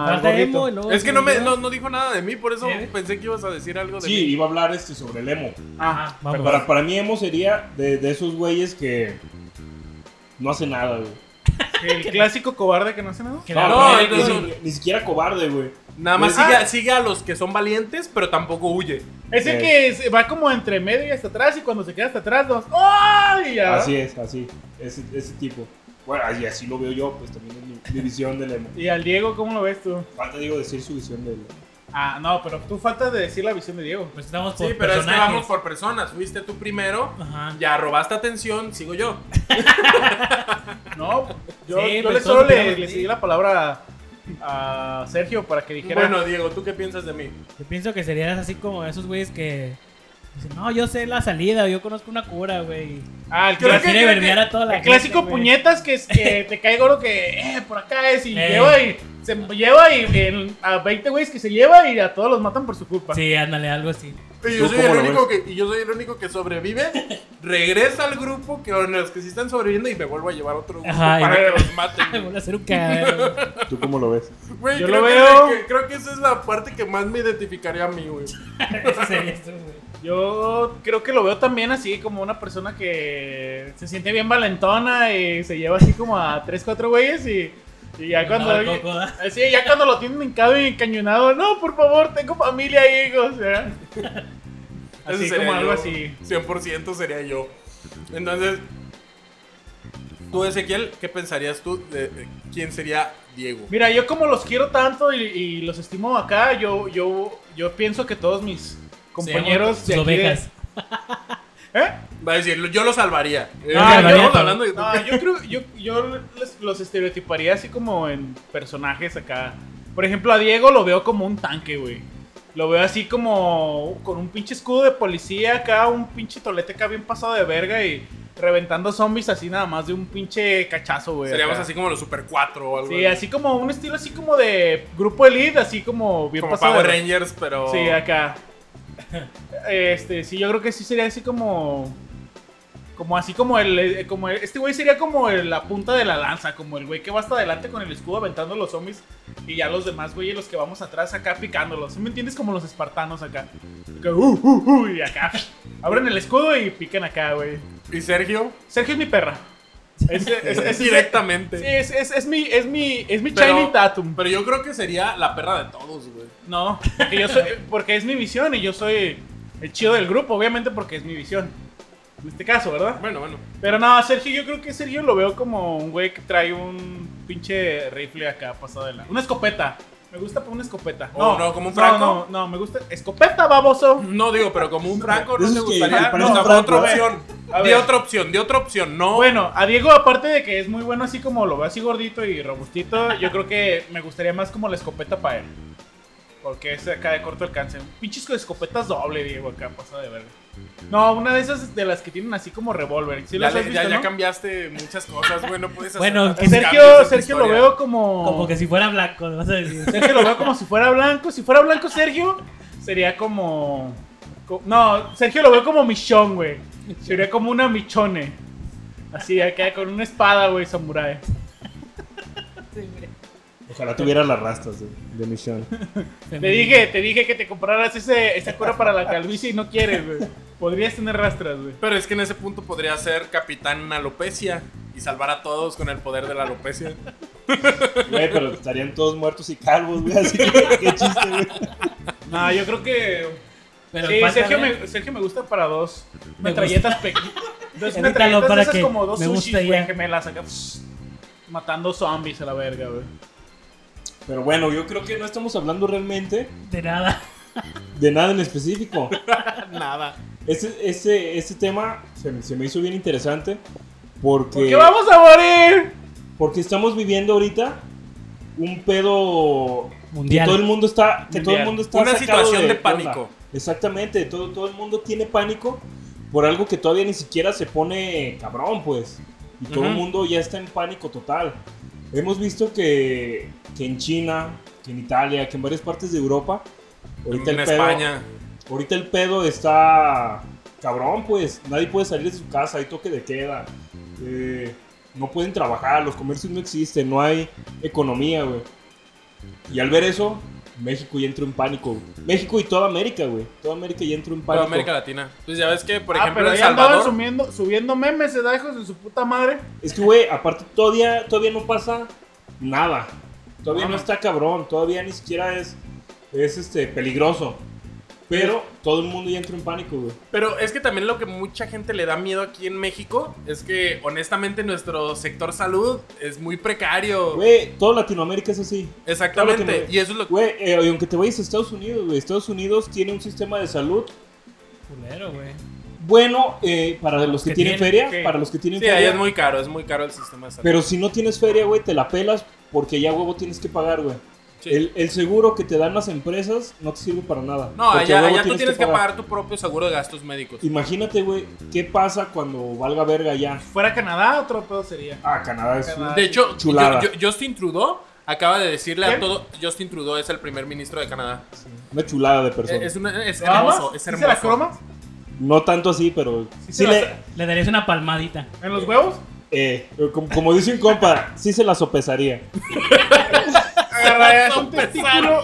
S1: al
S3: Falta
S1: gordito?
S3: emo y luego-
S2: Es que no, me, no, no dijo nada de mí, por eso
S3: ¿Eh?
S2: pensé que ibas a decir algo de
S4: Sí,
S2: mí.
S4: iba a hablar este sobre el emo.
S1: Ajá.
S3: Vamos.
S4: Para, para mí, emo sería de, de esos güeyes que no hace nada, güey.
S1: El clásico cobarde que no hace nada.
S3: Que
S4: No,
S3: la-
S2: No,
S4: ni-
S2: no,
S4: ni,
S2: no.
S4: ni- ni siquiera cobarde, güey.
S2: Nada más
S4: Ah.
S2: sigue, a- sigue a los que son valientes, pero tampoco huye.
S1: Es el
S4: Eh.
S1: que se- va como entre medio y hasta atrás y cuando se queda hasta atrás, dos. ¡Ay! Ya.
S4: Así es, así. Ese, ese tipo. Bueno, y así lo veo yo, pues también es mi, mi visión del emo.
S1: ¿Y al Diego cómo lo ves tú?
S4: Falta, digo, decir su visión del emo.
S1: Ah, no, pero tú falta de decir la visión de Diego.
S3: Pues estamos
S2: Sí,
S3: por
S2: pero es que
S3: personajes.
S2: vamos por personas. Fuiste tú primero,
S3: Ajá.
S2: ya robaste atención, sigo yo.
S1: No, yo,
S3: Sí,
S1: yo
S3: pues
S1: le
S3: todos
S1: solo le,
S3: opinamos,
S1: le
S3: sí.
S1: seguí la palabra a Sergio para que dijera.
S2: Bueno, Diego, ¿tú qué piensas de mí?
S3: Yo pienso que serías así como esos güeyes que... Dicen, no, yo sé la salida, yo conozco una cura, güey.
S1: ah, el,
S3: Creo
S1: clásico-
S3: que- quiere vermear a toda la
S1: el clásico
S3: gente, güey.
S1: puñetas que, es- que te cae gordo que eh, por acá es y
S3: Eh.
S1: lleva y se lleva y en- a 20 güeyes que se lleva y a todos los matan por su culpa.
S3: Sí, ándale, algo así.
S2: Y yo,
S4: ¿Tú
S2: soy el
S4: cómo lo
S2: único que, y yo soy el único que sobrevive, regresa al grupo que en los que sí están sobreviviendo y me vuelvo a llevar a otro grupo
S3: Ajá, y
S2: para
S3: me-
S2: que los maten.
S3: Me voy a hacer un cagadero. güey.
S4: ¿Tú cómo lo ves?
S2: Güey,
S1: Yo
S2: creo,
S1: lo
S2: que-
S1: veo.
S2: que- creo que esa es la parte que más me identificaría a mí, güey.
S3: Eso serías tú, güey.
S1: Yo creo que lo veo también así, como una persona que se siente bien valentona y se lleva así como a 3, 4 güeyes y, y ya cuando...
S3: No, Coco, ¿da?
S1: Así, ya cuando lo tienen hincado y encañonado, no, por favor, tengo familia y hijos, ¿verdad?
S2: Ese
S1: Así
S2: sería
S1: como algo
S2: yo.
S1: así.
S2: 100% sería yo. Entonces, tú, Ezequiel, ¿qué pensarías tú de, de quién sería Diego?
S1: Mira, yo como los quiero tanto y, y los estimo acá, yo, yo, yo pienso que todos mis compañeros
S3: Sus
S1: de aquí de-
S3: ovejas.
S1: ¿Eh?
S2: Va a decir, yo lo salvaría. Eh,
S3: Ah,
S2: estamos
S3: variante.
S2: hablando de-
S1: No, yo creo, yo, yo les- los estereotiparía así como en personajes acá. Por ejemplo, a Diego lo veo como un tanque, güey. Lo veo así como con un pinche escudo de policía acá, un pinche tolete acá bien pasado de verga y reventando zombies así nada más de un pinche cachazo, güey.
S2: Seríamos
S1: acá.
S2: así como los Super 4 o algo
S1: Sí, así como un estilo así como de grupo elite, así como bien
S2: Como
S1: pasado.
S2: Power
S1: de-
S2: Rangers, pero.
S1: Sí, acá. Este, sí, yo creo que sí sería así como. Como así como el. eh, Como el- este güey sería como el- la punta de la lanza, como el güey que va hasta adelante con el escudo aventando los zombies y ya los demás güeyes los que vamos atrás acá picándolos. ¿Sí me entiendes? Como los espartanos acá. Que, uh, uh, uh, y acá. Abren el escudo y pican acá, güey.
S2: Y Sergio,
S1: Sergio es mi perra. Es, es- es-
S2: directamente.
S1: Sí, es, es- es mi, es mi, es mi
S2: Pero-
S1: Shining Tatum.
S2: Pero yo creo que sería la perra de todos, güey.
S1: No, porque yo soy, porque es mi visión y yo soy el chido del grupo, obviamente porque es mi visión. En este caso, ¿verdad?
S2: Bueno, bueno.
S1: Pero no, Sergio, yo creo que Sergio lo veo como un güey que trae un pinche rifle acá pasado de la. Una escopeta. Me gusta por una escopeta.
S2: Oh,
S1: No,
S2: no, ¿como un franco?
S1: No, no, no, me gusta. Escopeta, baboso.
S2: No digo, pero como un franco no
S4: Dices
S2: te
S4: que
S2: gustaría.
S4: parece
S2: No,
S4: un
S2: otra
S4: franco, ¿eh?
S2: opción.
S1: A
S2: Di
S1: ver.
S2: otra opción, di otra opción. No.
S1: Bueno, a Diego, aparte de que es muy bueno así como lo veo así gordito y robustito, yo creo que me gustaría más como la escopeta para él. Porque es acá de corto alcance. Pinches con escopetas doble, Diego, acá pasa de verga. No, una de esas de las que tienen así como revólver. ¿Sí
S2: ya,
S1: las has
S2: le-
S1: visto,
S2: ya- ya
S1: no? Eh,
S2: cambiaste muchas cosas, güey. No puedes hacer
S3: Bueno,
S2: tantos
S3: que-
S1: pues Sergio,
S2: cambios en tu
S1: Sergio lo
S2: historia.
S1: veo como.
S3: Como que si fuera blanco, vas a decir.
S1: Sergio lo veo como si fuera blanco. Si fuera blanco Sergio, sería como. co- No, Sergio lo veo como michón, güey. Sería como una michone. Así, acá con una espada, güey, samurái.
S4: Ojalá tuviera las rastas de, de Michelle.
S1: Te dije, te dije que te compraras ese, esa cura para la calvicie y no quieres, güey. Podrías tener rastras, güey.
S2: Pero es que en ese punto podría ser capitán alopecia y salvar a todos con el poder de la alopecia.
S4: Güey, pero estarían todos muertos y calvos, güey. Así que qué chiste, güey.
S1: No, yo creo que.
S3: Pero
S1: sí,
S3: falta
S1: Sergio
S3: ver.
S1: me, Sergio me gusta para dos
S3: Me
S1: metralletas pequeñas. Dos
S3: Edítalo
S1: metralletas de
S3: para
S1: esas
S3: que
S1: como dos
S3: me
S1: sushis,
S3: gusta
S1: güey,
S3: ya.
S1: que me las saca. pss, Matando zombies a la verga, güey.
S4: Pero bueno, yo creo que no estamos hablando realmente
S3: De nada.
S4: de nada en específico.
S2: Nada.
S4: Este, este, este tema se, se me hizo bien interesante porque,
S1: ¡Porque vamos a morir!
S4: porque estamos viviendo ahorita un pedo que
S3: Mundial.
S4: todo el mundo está que todo el
S1: Mundial.
S4: mundo está
S2: Una
S4: sacado
S2: situación de
S4: onda.
S2: pánico.
S4: Exactamente, todo todo el mundo tiene pánico por algo que todavía ni siquiera se pone cabrón, pues. Y todo el
S2: Ujú.
S4: mundo ya está en pánico total. Hemos visto que, que en China, que en Italia, que en varias partes de Europa, ahorita
S2: en
S4: el pedo-
S2: España.
S4: Ahorita el pedo está cabrón, pues. Nadie puede salir de su casa, hay toque de queda. eh, no pueden trabajar, los comercios no existen, no hay economía, güey. Y al ver eso, México ya entró en pánico. güey. México y toda América, güey. Toda América ya entró en
S2: Toda
S4: pánico.
S2: América Latina. Pues ya ves que, por
S1: ah,
S2: ejemplo,
S1: pero
S2: en El
S1: ya andaban
S2: Salvador.
S1: subiendo, subiendo memes, ¿eh, da, hijos de su puta madre?
S4: Es que, güey, aparte todavía, todavía no pasa nada. Todavía no
S1: Ajá.
S4: está cabrón, todavía ni siquiera es, es este, peligroso. Pero todo el mundo ya entró en pánico, güey.
S2: Pero es que también lo que mucha gente le da miedo aquí en México es que, honestamente, nuestro sector salud es muy precario.
S4: Güey, toda Latinoamérica es así. Claro
S2: Exactamente.
S4: que no.
S2: Y eso es lo que.
S4: Güey, eh, y aunque te vayas a Estados Unidos, güey, Estados Unidos tiene un sistema de salud
S3: Culero, güey.
S4: bueno eh, para los que,
S3: que
S4: tienen
S3: tienen,
S4: feria,
S1: sí.
S4: para los que tienen
S2: Sí, ahí
S4: feria.
S2: es muy caro, es muy caro el sistema de salud.
S4: Pero si no tienes feria, güey, te la pelas porque ya huevo tienes que pagar, güey.
S2: Sí.
S4: El, el seguro que te dan las empresas no te sirve para nada.
S2: no,
S4: porque a
S2: allá,
S4: huevo
S2: allá tú tienes que pagar. tu propio seguro de gastos médicos.
S4: Imagínate, güey, qué pasa cuando valga verga ya.
S1: Fuera Canadá, otro pedo sería.
S4: Ah, Canadá es
S1: Canadá.
S4: un-
S2: De hecho,
S4: Chulada.
S2: yo- yo- Justin Trudeau acaba de decirle a
S1: ¿Quién?
S2: todo. Justin Trudeau es el primer ministro de Canadá.
S4: una chulada de
S2: Es,
S4: persona.
S2: es una- es
S1: ¿Lo amas?
S2: hermoso, es
S1: ¿Sí se
S2: hermoso.
S1: la cromas?
S4: No tanto así, pero
S1: Sí
S4: sí,
S1: se
S4: le,
S1: las-
S3: Le darías una palmadita.
S1: ¿En los huevos?
S4: eh, como, como dice un compa, sí se la sopesaría.
S1: Agarrarías un
S2: Son
S1: testículo.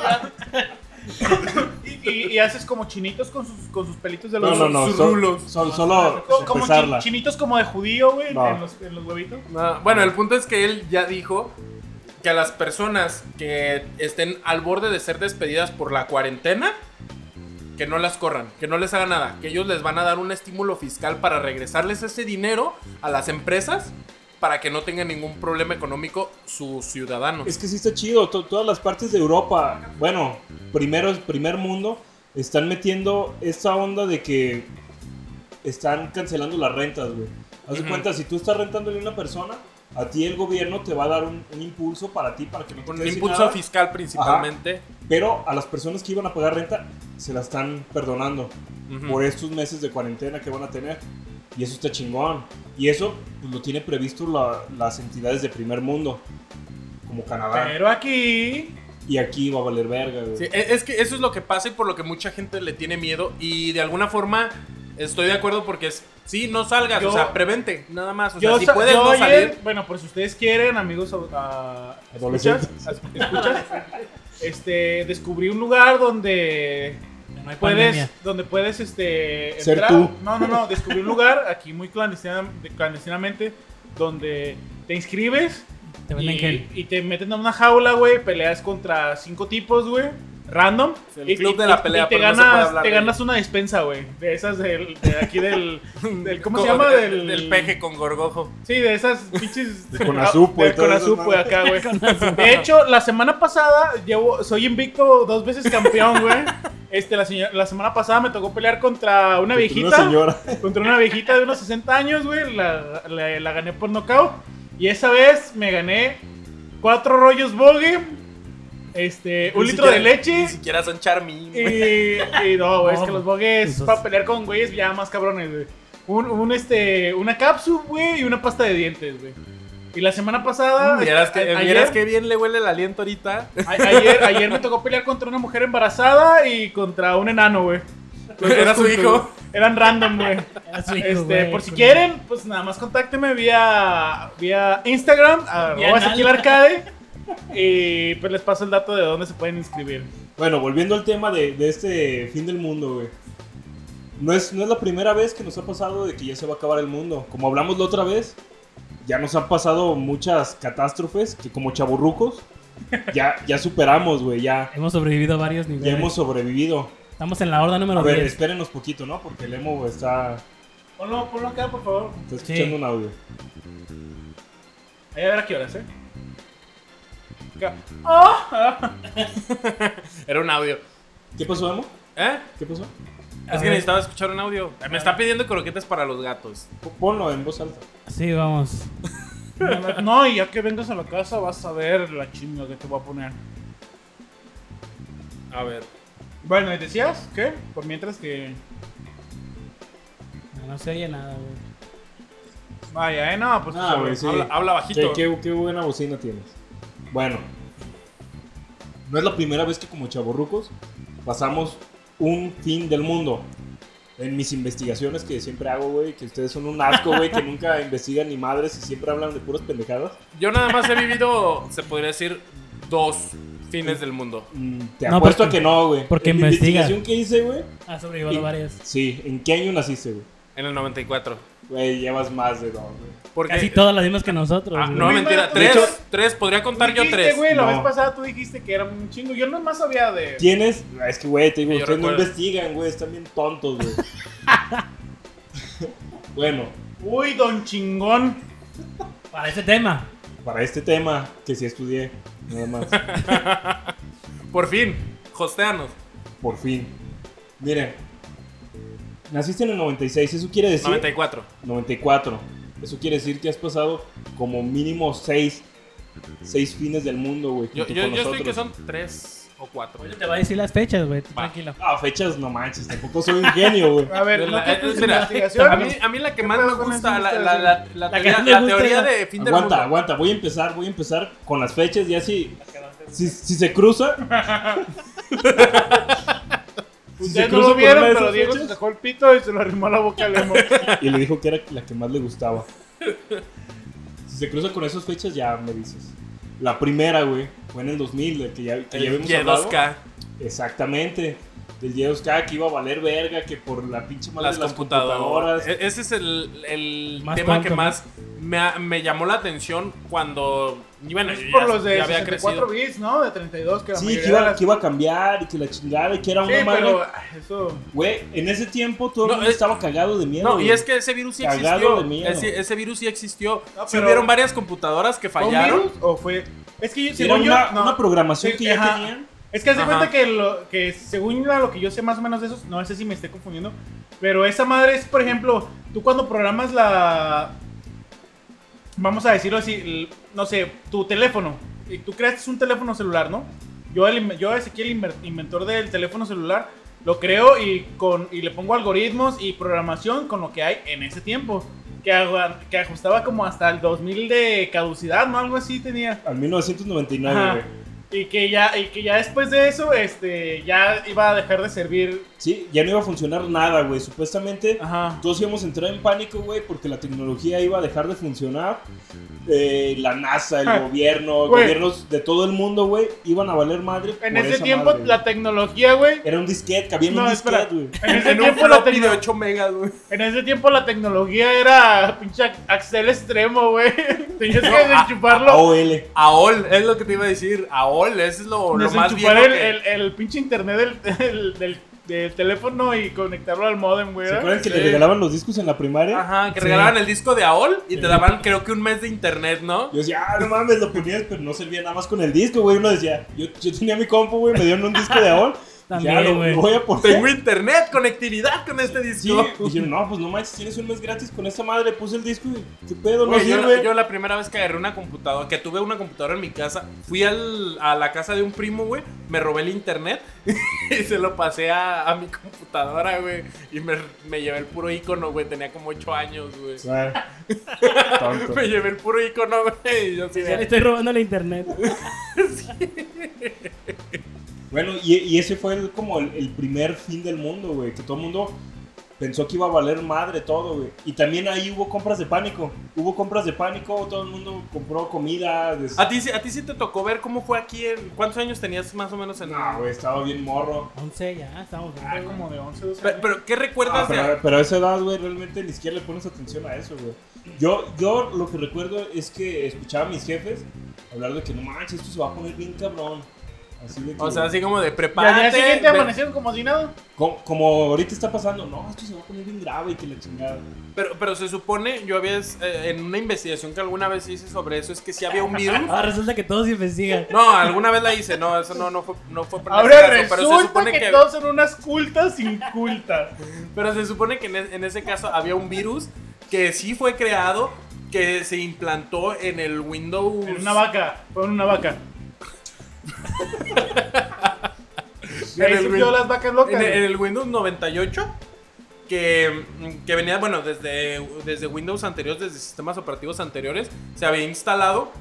S1: y, y- y haces como chinitos con sus, con sus pelitos de los
S4: No, no, no.
S2: Sus
S4: son-
S2: rulos. Ah,
S4: Son, solo
S1: Co- Como chin-
S4: pesarla.
S1: chinitos como de judío, güey,
S4: No.
S1: en, los, en los huevitos.
S2: No, bueno, el punto es que él ya dijo que a las personas que estén al borde de ser despedidas por la cuarentena, que no las corran, que no les haga nada, que ellos les van a dar un estímulo fiscal para regresarles ese dinero a las empresas para que no tengan ningún problema económico sus ciudadanos.
S4: Es que sí está chido. to- todas las partes de Europa, bueno, primero, primer mundo, están metiendo esta onda de que están cancelando las rentas, güey. Haz de
S2: Ujú.
S4: cuenta, si tú estás rentándole a una persona, a ti el gobierno te va a dar un, un impulso para ti, para que no te
S2: Con un
S4: quedes sin
S2: impulso
S4: nada,
S2: fiscal principalmente.
S4: Pero a las personas que iban a pagar renta se la están perdonando
S2: Ujú.
S4: por estos meses de cuarentena que van a tener. Y eso está chingón. Y eso pues, lo tiene previsto la- las entidades de primer mundo, como Canadá.
S1: Pero aquí.
S4: Y aquí va a valer verga, güey.
S2: Sí, e- es que eso es lo que pasa y por lo que mucha gente le tiene miedo. Y de alguna forma estoy de acuerdo porque es, sí, no salgas,
S1: Yo-
S2: o sea, prevente, nada más. O sea,
S1: Yo,
S2: si
S1: sa-
S2: puedes
S1: yo
S2: no
S1: ayer-
S2: salir.
S1: bueno, por si ustedes quieren, amigos ah,
S4: Adolescentes.
S1: escuchas, escuchas, este, descubrí un lugar donde
S3: No hay pandemia.
S1: puedes, donde puedes este,
S4: Ser tú.
S1: No, no, no. Descubrí un lugar aquí muy clandestina- clandestinamente donde te inscribes
S3: Te venden
S1: y,
S3: gel.
S1: y te meten a una jaula, güey. Peleas contra cinco tipos, güey. Random.
S2: El club de la pelea,
S1: te
S2: pero no se puede
S1: ganas,
S2: hablar
S1: te
S2: de
S1: ganas una despensa, güey. De esas del, de aquí del, del- ¿Cómo se
S2: co-
S1: llama?
S2: de-
S1: Del,
S2: del peje con gorgojo.
S1: Sí, de esas pinches.
S4: De Conasupo y
S1: Del
S4: todo eso,
S1: Conasupo
S4: ¿no?
S1: de acá, güey. De hecho, la semana pasada llevo, soy invicto dos veces campeón, güey. Este, la, señora- la semana pasada me tocó pelear contra una viejita.
S4: pues, Una señora.
S1: Contra una viejita de unos 60 años, güey. La, la- la gané por nocaut. Y esa vez me gané cuatro rollos bogue. Este, un
S2: Ni
S1: litro de
S2: siquiera-
S1: leche.
S2: Ni siquiera son charmín. güey.
S1: Y, y no, güey, es
S3: No,
S1: que los bogues
S3: esos-
S1: para pelear con güeyes ya más cabrones, güey. Un, un, este, una cápsula, güey, y una pasta de dientes, güey. Y la semana pasada.
S2: Vieras Mm, que,
S1: a-
S2: vieras
S1: ayer,
S2: que bien le huele el aliento ahorita.
S1: a- ayer, ayer me tocó pelear contra una mujer embarazada y contra un enano, güey. Los dos
S2: Era su
S1: juntos,
S2: hijo.
S1: güey. Eran random, güey.
S3: Era su hijo,
S1: Este,
S3: güey,
S1: por si
S3: con-
S1: quieren, pues nada más contácteme vía, vía Instagram, arroba
S3: anal.
S1: Ezequiel Arcade. Y pues les paso el dato de dónde se pueden inscribir.
S4: Bueno, volviendo al tema de, de este fin del mundo, güey. No es, no es la primera vez que nos ha pasado de que ya se va a acabar el mundo. Como hablamos la otra vez, ya nos han pasado muchas catástrofes que como chaburrucos ya, ya superamos, güey. Ya,
S3: Hemos sobrevivido a varios niveles.
S4: ya hemos sobrevivido.
S3: Estamos en la horda
S4: A
S3: número
S4: ver,
S3: 10.
S4: espérenos poquito, ¿no? Porque el emo está,
S1: Ponlo, ponlo acá, por favor.
S4: está escuchando
S3: Sí.
S4: un audio.
S1: Ahí a ver a qué horas, ¿eh? Acá.
S2: Era un audio.
S4: ¿Qué pasó, emo?
S2: ¿Eh?
S4: ¿Qué pasó?
S3: A
S2: es que
S3: ver.
S2: necesitaba escuchar un audio. Me está pidiendo croquetas para los gatos.
S4: P- Ponlo en voz alta.
S3: Sí, vamos.
S1: No, y ya que vengas a la casa vas a ver la chinga que te voy a poner.
S2: A ver.
S1: Bueno, ¿y decías qué? Por mientras que...
S3: No, no se oye nada, güey.
S1: Vaya, eh, no, pues...
S4: Ah, güey, sí.
S2: Habla, habla
S4: ¿Qué,
S2: bajito.
S4: qué- qué buena bocina tienes. Bueno, no es la primera vez que como chaborrucos pasamos un fin del mundo. En mis investigaciones que siempre hago, güey, que ustedes son un asco, güey, que nunca investigan ni madres y siempre hablan de puras pendejadas.
S2: Yo nada más he vivido, se podría decir, dos fines del mundo.
S4: Mm, Te
S3: No,
S4: apuesto
S3: porque-
S4: a que no, güey.
S3: porque
S4: En
S3: investiga.
S4: La investigación que hice, güey.
S3: Ha sobrevivido
S4: Y-
S3: a varias.
S4: Sí, ¿en qué año naciste, güey?
S2: En el 94.
S4: Güey, llevas más de dos, güey.
S2: Porque,
S3: Casi todas las mismas que nosotros.
S2: Ah,
S3: güey.
S2: no, mentira.
S1: Pues De
S2: Tres,
S4: hecho-
S2: tres, podría contar yo
S1: dijiste,
S2: tres.
S1: güey, la
S4: No.
S1: vez pasada tú dijiste que era un chingo. Yo nomás sabía de...
S4: Tienes. Es que, güey, te digo,
S2: Yo
S4: ustedes no
S2: recuerdo.
S4: investigan, güey, están bien tontos, güey. bueno,
S1: Uy, don chingón.
S3: Para ese tema.
S4: para este tema que sí estudié, nada más,
S2: Por fin, hosteanos.
S4: por fin. Miren, naciste en el 96, eso quiere decir
S2: 94.
S4: 94. Eso quiere decir que has pasado como mínimo 6 seis fines del mundo, güey.
S2: Yo,
S4: junto
S2: yo,
S4: con
S2: yo estoy
S4: nosotros.
S2: que son tres o cuatro.
S3: Ahorita te va a decir las fechas, güey. tú
S2: Va.
S3: Tranquilo.
S4: Ah, fechas no manches, tampoco soy un genio, güey.
S1: A ver,
S2: De
S1: no
S2: la-
S1: te
S2: eh,
S1: tus
S2: mira, a mí,
S1: investigaciones.
S2: a mí la que
S1: ¿Qué
S2: más
S1: pedo
S2: me
S1: con
S2: gusta,
S1: esas
S2: la, la, la, la
S3: La que
S2: teoría,
S3: más le
S2: la
S3: gusta
S2: teoría
S3: es la-
S2: de fin del
S4: Aguanta,
S2: mundo.
S4: aguanta, voy a empezar, voy a empezar con las fechas y así si, si se cruza. Si se
S1: Ustedes no
S4: cruza
S1: lo
S4: por
S1: vieron,
S4: una de
S1: pero
S4: esas
S1: Diego se
S4: fechas.
S1: sacó el pito y se lo arrimó a la boca al emo.
S4: Y le dijo que era la que más le gustaba. Si se cruza con esas fechas, ya me dices. La primera, güey, fue en el 2000, del que ya, que ya
S2: El
S4: habíamos hablado.
S2: Y2K,
S4: Exactamente. Del Y2K que iba a valer verga, que por la pinche madre
S2: las
S4: de las
S2: computadoras.
S4: computadoras.
S1: Eh,
S2: E- Ese es el, el
S3: Más
S2: tema
S3: tonto,
S2: que
S3: ¿no?
S2: más me, ha- me llamó la atención cuando. Y bueno,
S1: Es
S2: yo
S1: por
S2: ya,
S1: los de
S2: ya había
S1: 64
S2: crecido.
S1: bits, ¿no? De 32 que la
S4: Sí,
S1: mayoría
S4: que
S1: de
S4: iba,
S1: las-
S4: que iba a cambiar y que la chingada y que era
S1: Sí,
S4: una madre.
S1: pero ah, eso...
S4: Güey, en ese tiempo todo el
S2: No,
S4: mundo
S2: es-
S4: estaba cagado de miedo.
S2: No, y
S4: güey.
S2: es que ese virus sí
S4: Cagado
S2: existió.
S4: de miedo.
S2: Ese, ese virus sí existió.
S1: No,
S2: Sí
S1: pero-
S2: hubieron varias computadoras que
S1: ¿Fue un
S2: fallaron.
S1: virus o fue...? Es que yo,
S4: Era
S1: según yo...
S4: una,
S1: no.
S4: una programación
S1: Sí,
S4: que ya
S1: ajá.
S4: tenían.
S1: Es que haz de
S2: Ajá.
S1: cuenta que, lo, que según la- lo que yo sé más o menos de esos, no sé si me esté confundiendo, pero esa madre es, por ejemplo, tú cuando programas la... vamos a decirlo así, l- no sé, tu teléfono. Y tú creaste un teléfono celular, ¿no? Yo, el, inve- yo Ezequiel, inver- inventor del teléfono celular, lo creo y, con, y le pongo algoritmos y programación con lo que hay en ese tiempo. Que, agua- que ajustaba como hasta el 2000 de caducidad, ¿no? Algo así tenía.
S4: Al 1999,
S1: Ajá.
S4: güey.
S1: Y que ya, y que ya después de eso, este, ya iba a dejar de servir.
S4: Sí, ya no iba a funcionar nada, güey. Supuestamente
S1: Ajá.
S4: todos íbamos a entrar en pánico, güey, porque la tecnología iba a dejar de funcionar. Eh, la NASA, el
S1: Ah,
S4: gobierno,
S1: güey.
S4: gobiernos de todo el mundo, güey, iban a valer madre.
S1: En
S4: por
S1: ese
S4: esa
S1: tiempo
S4: madre,
S1: la tecnología, güey.
S4: güey. Era un disquete, cabía en
S1: No,
S4: un
S1: espera.
S4: disquete, güey.
S1: En ese
S2: En un
S1: tiempo la
S2: floppy de
S1: tecnología.
S2: 8 megas, güey.
S1: En ese tiempo la tecnología era pinche Axel extremo, güey. Tenías que
S2: No, a-
S1: desenchuparlo.
S4: AOL.
S2: AOL, es lo que te iba a decir. AOL, ese es lo, lo más
S1: Desenchupar
S2: viejo
S1: el,
S2: que-
S1: el, el pinche internet del, del, del- del teléfono y conectarlo al modem, güey.
S4: ¿Se acuerdan que
S2: Sí.
S4: le regalaban los discos en la primaria?
S2: Ajá, que
S3: Sí.
S2: regalaban el disco de AOL y te daban creo que un mes de internet, ¿no?
S4: Yo decía, ah, no mames, lo ponías, pero no servía nada más con el disco, güey. Uno decía, yo, yo tenía mi compu, güey, me dieron un disco de AOL.
S3: También,
S4: ya lo
S3: güey.
S4: voy a poner.
S2: Tengo internet, conectividad con este
S4: Sí,
S2: disco.
S4: dijeron, no, pues no manches, tienes un mes gratis con esta madre. Puse el disco y qué pedo, no
S2: Güey, yo,
S4: sirve.
S2: la- yo la primera vez que agarré una computadora, que tuve una computadora en mi casa, fui al- a la casa de un primo, güey, me robé el internet y se lo pasé a, a mi computadora, güey, y me, me llevé el puro icono, güey, tenía como 8 años, güey.
S4: Ah, tonto.
S2: Me llevé el puro icono, güey, y yo así
S3: Ya le
S2: de-
S3: estoy robando el internet.
S4: Bueno, y, y ese fue el- como el, el primer fin del mundo, güey. Que todo el mundo pensó que iba a valer madre todo, güey. Y también ahí hubo compras de pánico. Hubo compras de pánico, todo el mundo compró comida. des-
S2: ¿A ti, sí- a ti sí te tocó ver cómo fue aquí en... ¿Cuántos años tenías más o menos en...?
S4: No, güey, estaba bien morro.
S3: 11 ya, estamos bien.
S1: Ah, como de 11, 12
S2: Pe-
S1: años.
S2: Pero, ¿qué recuerdas
S4: Ah,
S2: de...?
S4: pero, pero a esa edad, güey, realmente ni siquiera le pones atención a eso, güey. Yo, yo lo que recuerdo es que escuchaba a mis jefes hablar de que no manches, esto se va a poner bien cabrón. Así de que,
S2: O sea, así como de
S1: Y al día
S2: prepárate.
S1: siguiente
S2: ve-
S1: amanecieron como si nada.
S4: co- como ahorita está pasando, no, esto se va a poner bien grave y que la chingada.
S2: pero, pero se supone, yo había eh, en una investigación que alguna vez hice sobre eso, es que si había un virus.
S3: Ah, resulta que todos investigan.
S2: No, alguna vez la hice, no, eso no, no fue, no fue para
S1: Ahora
S2: ese caso,
S1: resulta que, todos son unas cultas incultas.
S2: pero se supone que en, e- en ese caso había un virus que sí fue creado, que se implantó en el Windows.
S1: En una vaca, fue en una vaca. De ahí
S2: En el
S1: surgió
S2: Win-
S1: las vacas
S2: en
S1: locas.
S2: el-
S1: güey.
S2: en el Windows 98. Que, mm, que venía, bueno, desde, desde Windows anteriores, desde sistemas operativos anteriores, se había instalado.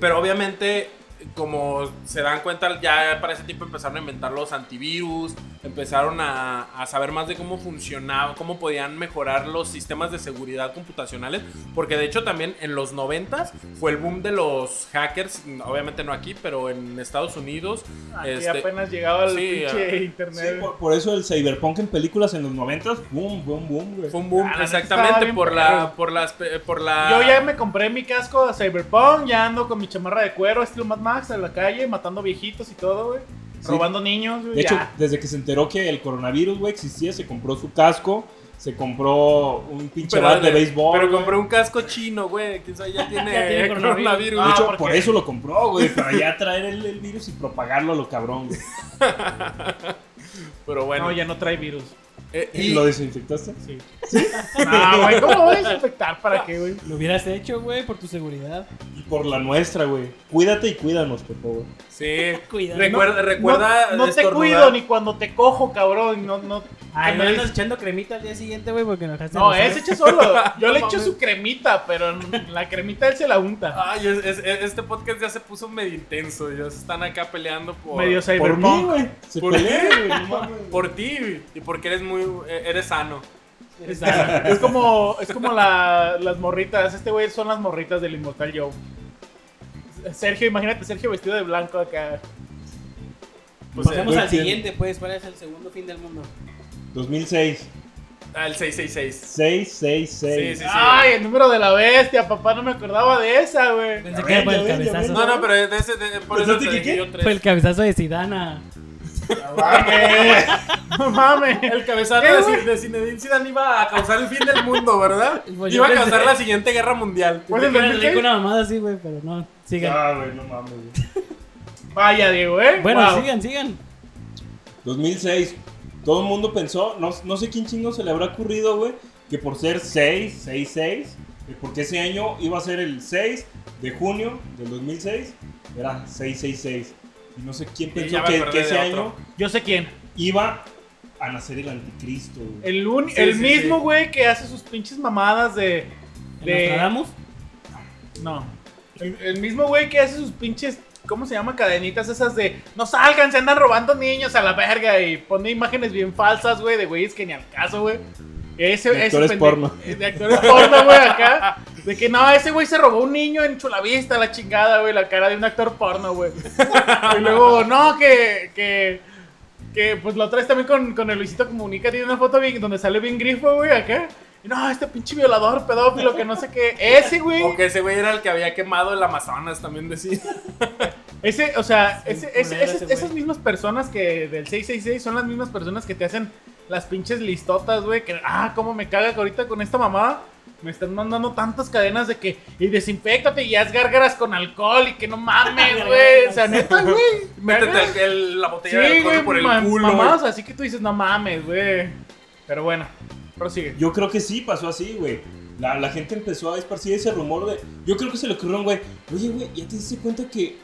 S2: Pero obviamente, como se dan cuenta, ya para ese tiempo empezaron a inventar los antivirus, empezaron a, a saber más de cómo funcionaba, cómo podían mejorar los sistemas de seguridad computacionales. Porque de hecho también en los 90 fue el boom de los hackers, obviamente no aquí, pero en Estados Unidos.
S1: Aquí
S2: este,
S1: apenas llegaba el
S2: sí,
S1: pinche
S4: Sí,
S1: internet.
S4: por, por eso el cyberpunk en películas en los 90 boom, boom, boom, güey.
S2: Fue un boom,
S1: Ah, la neta estaba
S2: exactamente,
S1: bien
S2: por
S1: perro.
S2: la, por las, pe- por la...
S1: Yo ya me compré mi casco de Cyberpunk, ya ando con mi chamarra de cuero, estilo Mad Max, en la calle, matando viejitos y todo, güey.
S4: Sí.
S1: Robando niños, güey.
S4: De hecho,
S1: ya.
S4: desde que se enteró que el coronavirus, güey, existía, se compró su casco, se compró un pinche bat de béisbol.
S2: Pero
S4: güey.
S2: compré un casco chino, güey, que eso ya tiene,
S3: Ya tiene
S2: coronavirus.
S3: coronavirus.
S4: De
S1: Ah,
S4: hecho,
S1: porque-
S4: por eso lo compró, güey, para ya traer el, el virus y propagarlo a lo cabrón, güey.
S2: Pero bueno,
S1: No, ya no trae virus.
S2: eh, y,
S4: ¿Y lo desinfectaste?
S1: Sí. no, güey, ¿cómo voy a desinfectar? ¿Para qué, güey?
S3: Lo hubieras hecho, güey, por tu seguridad.
S4: Y por la nuestra, güey. Cuídate y cuídanos, por favor.
S2: sí,
S3: Cuidado.
S2: recuerda, recuerda
S1: no, no te
S2: estornudar.
S1: cuido ni cuando te cojo, cabrón. No, no.
S3: Ay,
S1: que
S3: no
S1: me-
S3: andas echando cremita al día siguiente, güey, porque no dejaste.
S1: No,
S3: de
S1: él se
S3: hacer.
S1: echa solo. Yo le
S2: No
S1: echo
S2: mames. Ah,
S1: su cremita, pero en- la cremita él se la unta.
S2: Ay, es- es- es- este podcast ya se puso medio intenso, ya se están acá peleando por,
S1: Medio
S4: Por mí,
S1: cyberpunk.
S4: güey. Se
S2: ¿Por
S4: pelea, güey. No mames.
S2: por ti y porque eres muy, eh, eres sano.
S3: Exacto.
S1: Es como, es como la- las morritas. Este güey son las morritas del Inmortal Joe. Sergio, imagínate Sergio vestido de blanco acá.
S2: Pues,
S3: Pasamos
S4: eh,
S3: al
S4: tiene-
S3: siguiente, pues. ¿Cuál es el segundo fin del mundo?
S4: 2006.
S2: Ah, el 666.
S4: 666.
S2: Sí, sí, sí.
S1: Ay, el número de la bestia, papá, no me acordaba de esa, güey.
S3: Pensé
S4: Ya
S3: que era
S4: ven,
S3: por
S4: ya
S3: el
S4: ven, ya
S3: cabezazo.
S4: ven.
S2: No, no, pero de ese, de- por eso
S4: ¿Pensaste
S2: te
S4: que
S2: dije
S4: qué?
S2: yo tres.
S3: Fue el cabezazo de Zidana.
S1: No mames.
S2: El cabezazo
S1: ¿Qué,
S2: de,
S1: Eh, güey?
S2: Zin- de Zinedine Zidane iba a causar el fin del mundo, ¿verdad?
S3: Pues yo
S2: iba a
S3: pensé-
S2: causar la siguiente guerra mundial.
S1: ¿Cuál es Pues el
S3: Pero le
S1: 2006?
S3: digo una mamada así, güey, pero no. Sigan.
S4: Ah, güey, no mames, güey.
S1: Vaya, Diego, ¿eh?
S3: Bueno,
S1: Wow.
S3: sigan, sigan.
S4: 2006. Todo el mundo pensó, no, no sé quién chingo se le habrá ocurrido, güey, que por ser 6, 6, 6, eh, porque ese año iba a ser el 6 de junio del 2006, era 666. Y no sé quién
S2: Y ya
S4: pensó
S2: me
S4: que,
S2: acordé
S4: que
S2: de
S4: ese
S2: otro.
S4: año
S1: Yo sé quién.
S4: iba a nacer el anticristo. güey.
S1: El, un-
S2: Sí,
S1: el
S2: sí,
S1: mismo
S2: sí.
S1: güey que hace sus pinches mamadas de.
S3: ¿En
S1: de
S3: Nostradamus?
S1: no. El, el mismo güey que hace sus pinches. ¿Cómo se llama? Cadenitas esas de. No salgan, se andan robando niños a la verga. Y pone imágenes bien falsas, güey, de güeyes que ni al caso, güey. Ese,
S4: De
S1: ese
S4: actores
S1: pende-
S4: porno.
S1: De actores porno, güey, acá. De que no, ese güey se robó un niño en Chulavista, la chingada, güey, la cara de un actor porno, güey. Y luego, no, que, que, que pues la otra vez también con, con el Luisito Comunica tiene una foto bien- donde sale bien grifo, güey, acá. Y no, este pinche violador, pedófilo, que no sé qué. Ese, güey.
S2: O que ese güey era el que había quemado el Amazonas, también decía.
S1: Ese, o sea,
S3: Sí,
S1: ese-
S3: culero
S1: ese- esas-
S3: ese güey.
S1: esas mismas personas que del 666 son las mismas personas que te hacen las pinches listotas, güey. Que, ah, cómo me caga que ahorita con esta mamada me están mandando tantas cadenas de que, y desinfectate y haz gárgaras con alcohol y que no mames, güey. O sea, neta, güey. me
S2: Métete
S1: hagas-
S2: el- el- la botella de
S1: Sí,
S2: alcohol
S1: güey,
S2: por el
S1: ma-
S2: culo.
S1: mamadas,
S2: güey.
S1: así que tú dices, no mames, güey. Pero bueno, prosigue.
S4: Yo creo que sí pasó así, güey. La, la gente empezó a esparcir ese rumor de. Yo creo que se le ocurrió a un güey. Oye, güey, ¿ya te diste cuenta que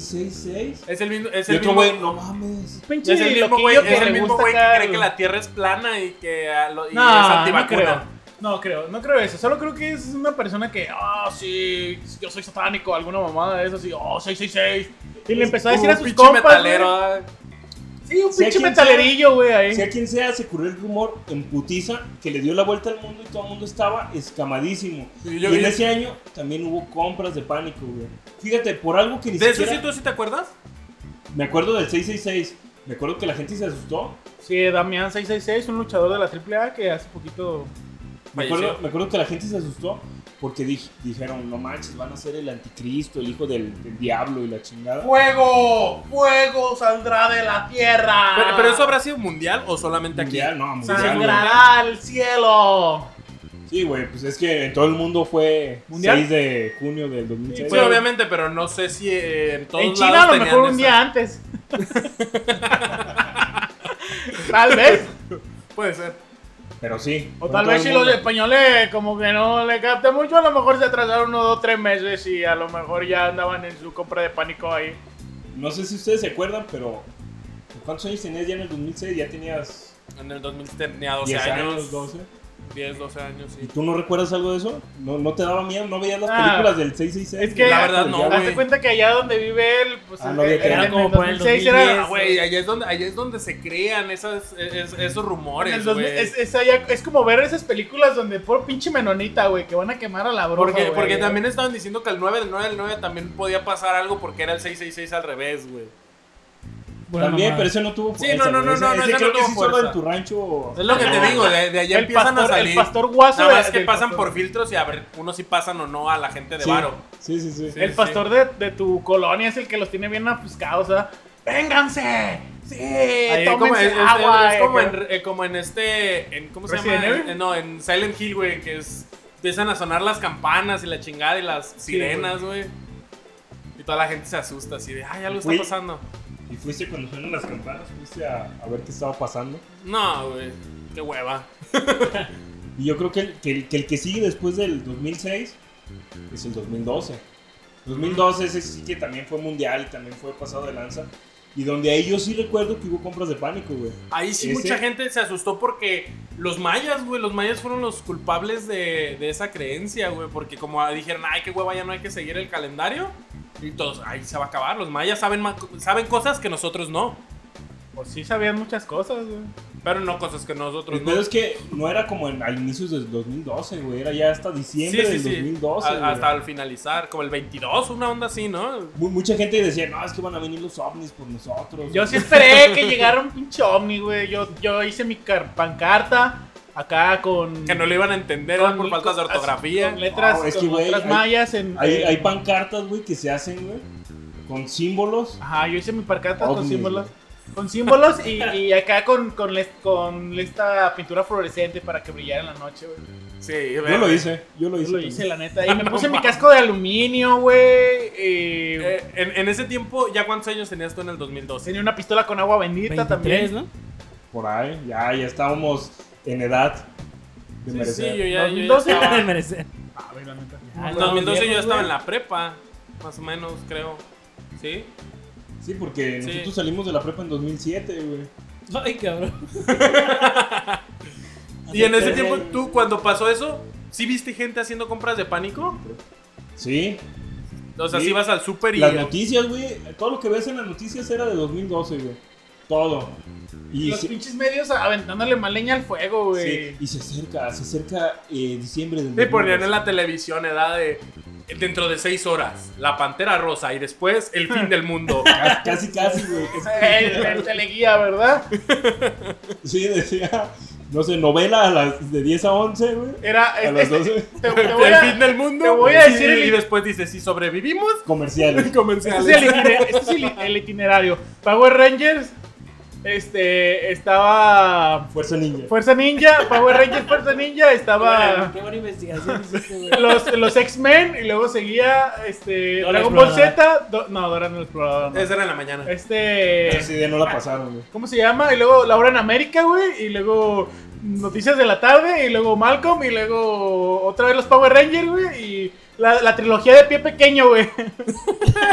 S4: 666?
S2: Es el mismo, es
S4: Y
S2: el
S4: otro
S2: mismo,
S4: güey, no mames.
S1: Pinche
S2: es el mismo güey,
S1: loquillo que
S2: es el
S1: le
S2: mismo
S1: gusta
S2: güey que
S1: acá
S2: cree
S1: el-
S2: que la Tierra es plana y que ah, lo- y es
S1: No, no creo.
S2: antivacuna.
S1: No creo, no creo eso. Solo creo que es una persona que, ah, sí, yo soy satánico, alguna mamada de eso, así, oh, 666. Y le empezó a decir a
S2: Un
S1: sus
S2: pinche
S1: compas.
S2: metalero,
S1: güey.
S2: ah.
S1: Sí, un
S4: Sea
S1: pinche
S4: quien
S1: metalerillo, güey, ahí.
S4: Sea quien sea, se ocurrió el rumor en putiza que le dio la vuelta al mundo y todo el mundo estaba escamadísimo.
S2: Y
S4: Y,
S2: yo
S4: en
S2: vi-
S4: ese año también hubo compras de pánico, güey. Fíjate, por algo que ni
S2: ¿De eso
S4: siquiera.
S2: sí tú sí te acuerdas?
S4: Me acuerdo del 666. Me acuerdo que la gente se asustó.
S1: Sí, Damián 666, un luchador de la AAA que hace poquito.
S4: Me acuerdo,
S2: Falleció.
S4: me acuerdo que la gente se asustó porque dij- dijeron, no manches, van a ser el anticristo, el hijo del, del diablo y la chingada.
S1: ¡Fuego! ¡Fuego saldrá de la tierra!
S2: Pero, pero eso habrá sido mundial o solamente aquí?
S4: Mundial, no, mundial, güey.
S1: ¡Sangrará al cielo!
S4: Sí, güey, pues es que en todo el mundo fue
S1: ¿Mundial?
S4: 6 de junio del 2006.
S2: Sí,
S1: Pero-
S2: obviamente, pero no sé si eh, en todos
S1: En China a
S2: lados
S1: lo
S2: tenían
S1: mejor un
S2: esa-
S1: día antes. Tal vez.
S2: Puede ser.
S4: Pero sí.
S1: O
S4: fue
S1: tal
S4: en todo
S1: vez
S4: el
S1: si los
S4: mundo.
S1: españoles como que no le capta mucho, a lo mejor se atrasaron unos dos, tres meses y a lo mejor ya andaban en su compra de pánico ahí.
S4: No sé si ustedes se acuerdan, pero ¿cuántos años tenías ya en el 2006? Ya tenías
S2: En el 2000 tenía 12
S4: 10
S2: años.
S4: años, 12.
S2: 10, 12 años,
S4: ¿Y
S2: sí.
S4: tú no recuerdas algo de eso? ¿No, no te daba miedo? ¿No veías las
S1: Ah,
S4: películas del 666?
S1: es que- La
S2: verdad, no,
S4: güey.
S1: Hazte
S2: güey.
S1: cuenta que allá donde vive él, pues
S4: Ah,
S1: el-
S4: no había
S1: el-
S4: creado.
S1: en
S4: Era
S1: el
S3: como por el
S1: 2006
S2: Ah,
S1: era...
S3: 2010.
S2: güey, ahí es donde, ahí es donde se crean esas, es- esos
S1: en el
S2: rumores,
S1: 2000
S2: güey.
S1: es, es allá- es como ver esas películas donde por pinche menonita, güey, que van a quemar a la bruja.
S2: Porque,
S1: güey.
S2: porque también estaban diciendo que el 9 del 9 del 9 también podía pasar algo porque era el 666 al revés, güey.
S3: Buena
S4: También,
S3: mamada.
S4: pero ese no tuvo
S2: Sí, no, no,
S4: güey.
S2: no, no,
S4: Ese-
S2: no,
S4: ese
S2: ese
S4: creo
S2: no
S4: que
S2: tuvo
S4: sí solo
S2: fuerza.
S4: en tu rancho.
S2: Es lo que te digo, de, de allá
S1: el
S2: empiezan
S1: pastor,
S2: a
S1: El
S2: salir.
S1: pastor guaso...
S2: Nada más
S1: de-
S2: que
S1: del
S2: pasan
S1: pastor.
S2: por filtros y a ver unos si pasan o no a la gente de
S4: Sí.
S2: varo.
S4: Sí, sí, sí.
S1: El
S2: sí.
S1: pastor de, de tu colonia es el que los tiene bien ofuscados, o sea, ¡Vénganse! ¡Sí!
S2: Ahí es como,
S1: ¡Tómense
S2: es- es-
S1: Eh, agua!
S2: es como
S1: eh,
S2: en, eh, como en este. en- ¿Cómo se
S1: ¿Resident
S2: llama?
S1: Evil?
S2: Eh, no, en Silent Hill, güey, que es. Empiezan a sonar las campanas y la chingada y las sirenas, güey. Y toda la gente se asusta así de, ay, algo está
S4: Güey.
S2: pasando.
S4: ¿Y fuiste cuando suenan las campanas? ¿Fuiste a, a ver qué estaba pasando?
S2: No, güey, qué hueva.
S4: Y yo creo que el que, el, que, el que sigue después del 2006 es el 2012. 2012 ese sí que también fue mundial y también fue pasado de lanza. Y donde ahí yo sí recuerdo que hubo compras de pánico, güey.
S2: Ahí sí
S4: Ese-
S2: mucha gente se asustó porque los mayas, güey, los mayas fueron los culpables de, de esa creencia, güey, porque como dijeron, ay, qué hueva, ya no hay que seguir el calendario, y todos, ahí se va a acabar, los mayas saben, ma- saben cosas que nosotros no,
S1: Pues sí sabían muchas cosas, güey.
S2: pero no cosas que nosotros
S4: El
S2: no.
S4: pedo es que no era como en, al inicio del 2012, güey. Era ya hasta diciembre del 2012.
S2: A-
S4: güey.
S2: hasta al finalizar, como el 22, una onda así, ¿no?
S4: Mu- Mucha gente decía, no, es que van a venir los ovnis por nosotros.
S1: Yo
S4: güey".
S1: sí esperé que llegara un pinche ovni, güey. Yo, yo hice mi car- pancarta acá con.
S2: Que no le iban a entender
S1: con-
S2: ¿no? por faltas de
S1: con-
S2: ortografía.
S1: Con letras,
S4: No, es
S1: con
S4: que, güey,
S1: letras
S4: hay-
S1: mayas. En, eh,
S4: Hay,
S1: en-
S4: hay pancartas, güey, que se hacen, güey, con símbolos.
S1: Ajá, yo hice mi pancarta con
S4: Ovnis,
S1: símbolos. Con símbolos y, y acá con, con, les- con esta pintura fluorescente para que brillara en la noche, güey.
S2: Sí,
S4: Yo lo hice, yo lo
S1: Yo
S4: hice.
S1: lo
S4: también.
S1: hice, la neta. Y me
S2: No
S1: puse mi
S2: mames.
S1: casco de aluminio, güey. y
S2: Eh, en, en ese tiempo, ¿ya cuántos años tenías tú en el 2012?
S1: Tenía una pistola con agua bendita
S3: 23,
S1: también.
S3: ¿no?
S4: Por ahí, ya, ya estábamos en edad de
S2: Sí,
S4: merecer.
S2: sí, yo ya, yo ya
S1: 2012.
S2: estaba-
S3: Merecer.
S1: Ah, güey, la neta.
S3: Ah,
S2: En
S3: no,
S2: 2012 yo
S3: viejos,
S2: estaba
S3: güey.
S2: en la prepa, más o menos, creo. ¿Sí?
S4: Sí, porque
S2: Sí.
S4: nosotros salimos de la prepa en 2007, güey.
S3: Ay, cabrón.
S2: Y en ese
S4: Así que,
S2: tiempo,
S4: güey,
S2: tú, cuando pasó eso, ¿sí viste gente haciendo compras de pánico?
S4: Sí.
S2: O sea,
S4: Sí.
S2: sí, vas al súper y...
S4: Las noticias, güey. Todo lo que ves en las noticias era de 2012, güey. Todo.
S1: Y
S4: Y
S1: los
S4: se,
S1: pinches medios aventándole más leña al fuego, güey.
S4: sí, y se acerca, se acerca eh, diciembre del
S2: Te ponían
S4: 2012.
S2: en la televisión edad de... Dentro de seis horas, la pantera rosa y después el fin del mundo.
S4: Ca- Casi, casi, güey. Es-
S1: El, el teleguía, ¿verdad?
S4: Sí, decía, no sé, novela a las de 10 a 11, güey.
S1: Era.
S4: A las
S1: este-
S4: 12,
S1: te, te voy
S2: el
S1: a-
S2: fin del mundo.
S1: te voy a decir
S2: Y,
S1: el-
S2: y después dice, si sobrevivimos,
S4: comerciales.
S1: Este
S2: comerciales.
S1: es el, itiner- este es el- el itinerario. Power Rangers. Este. Estaba.
S4: Fuerza Ninja.
S1: Fuerza Ninja. Power Rangers Fuerza Ninja. Estaba.
S3: Qué buena investigación hiciste, güey.
S1: Los, los X-Men. Y luego seguía. Este.
S3: Dora
S1: Dragon Ball
S3: Exploradora.
S1: Z. Do- no, Dora no exploradora. no.
S2: Esa era en la mañana.
S1: Este.
S4: Esa idea no la pasaron, güey.
S1: ¿Cómo se llama? Y luego La Hora en América, güey. Y luego Noticias de la Tarde. Y luego Malcolm. Y luego otra vez los Power Rangers, güey. Y la, la trilogía de pie pequeño, güey.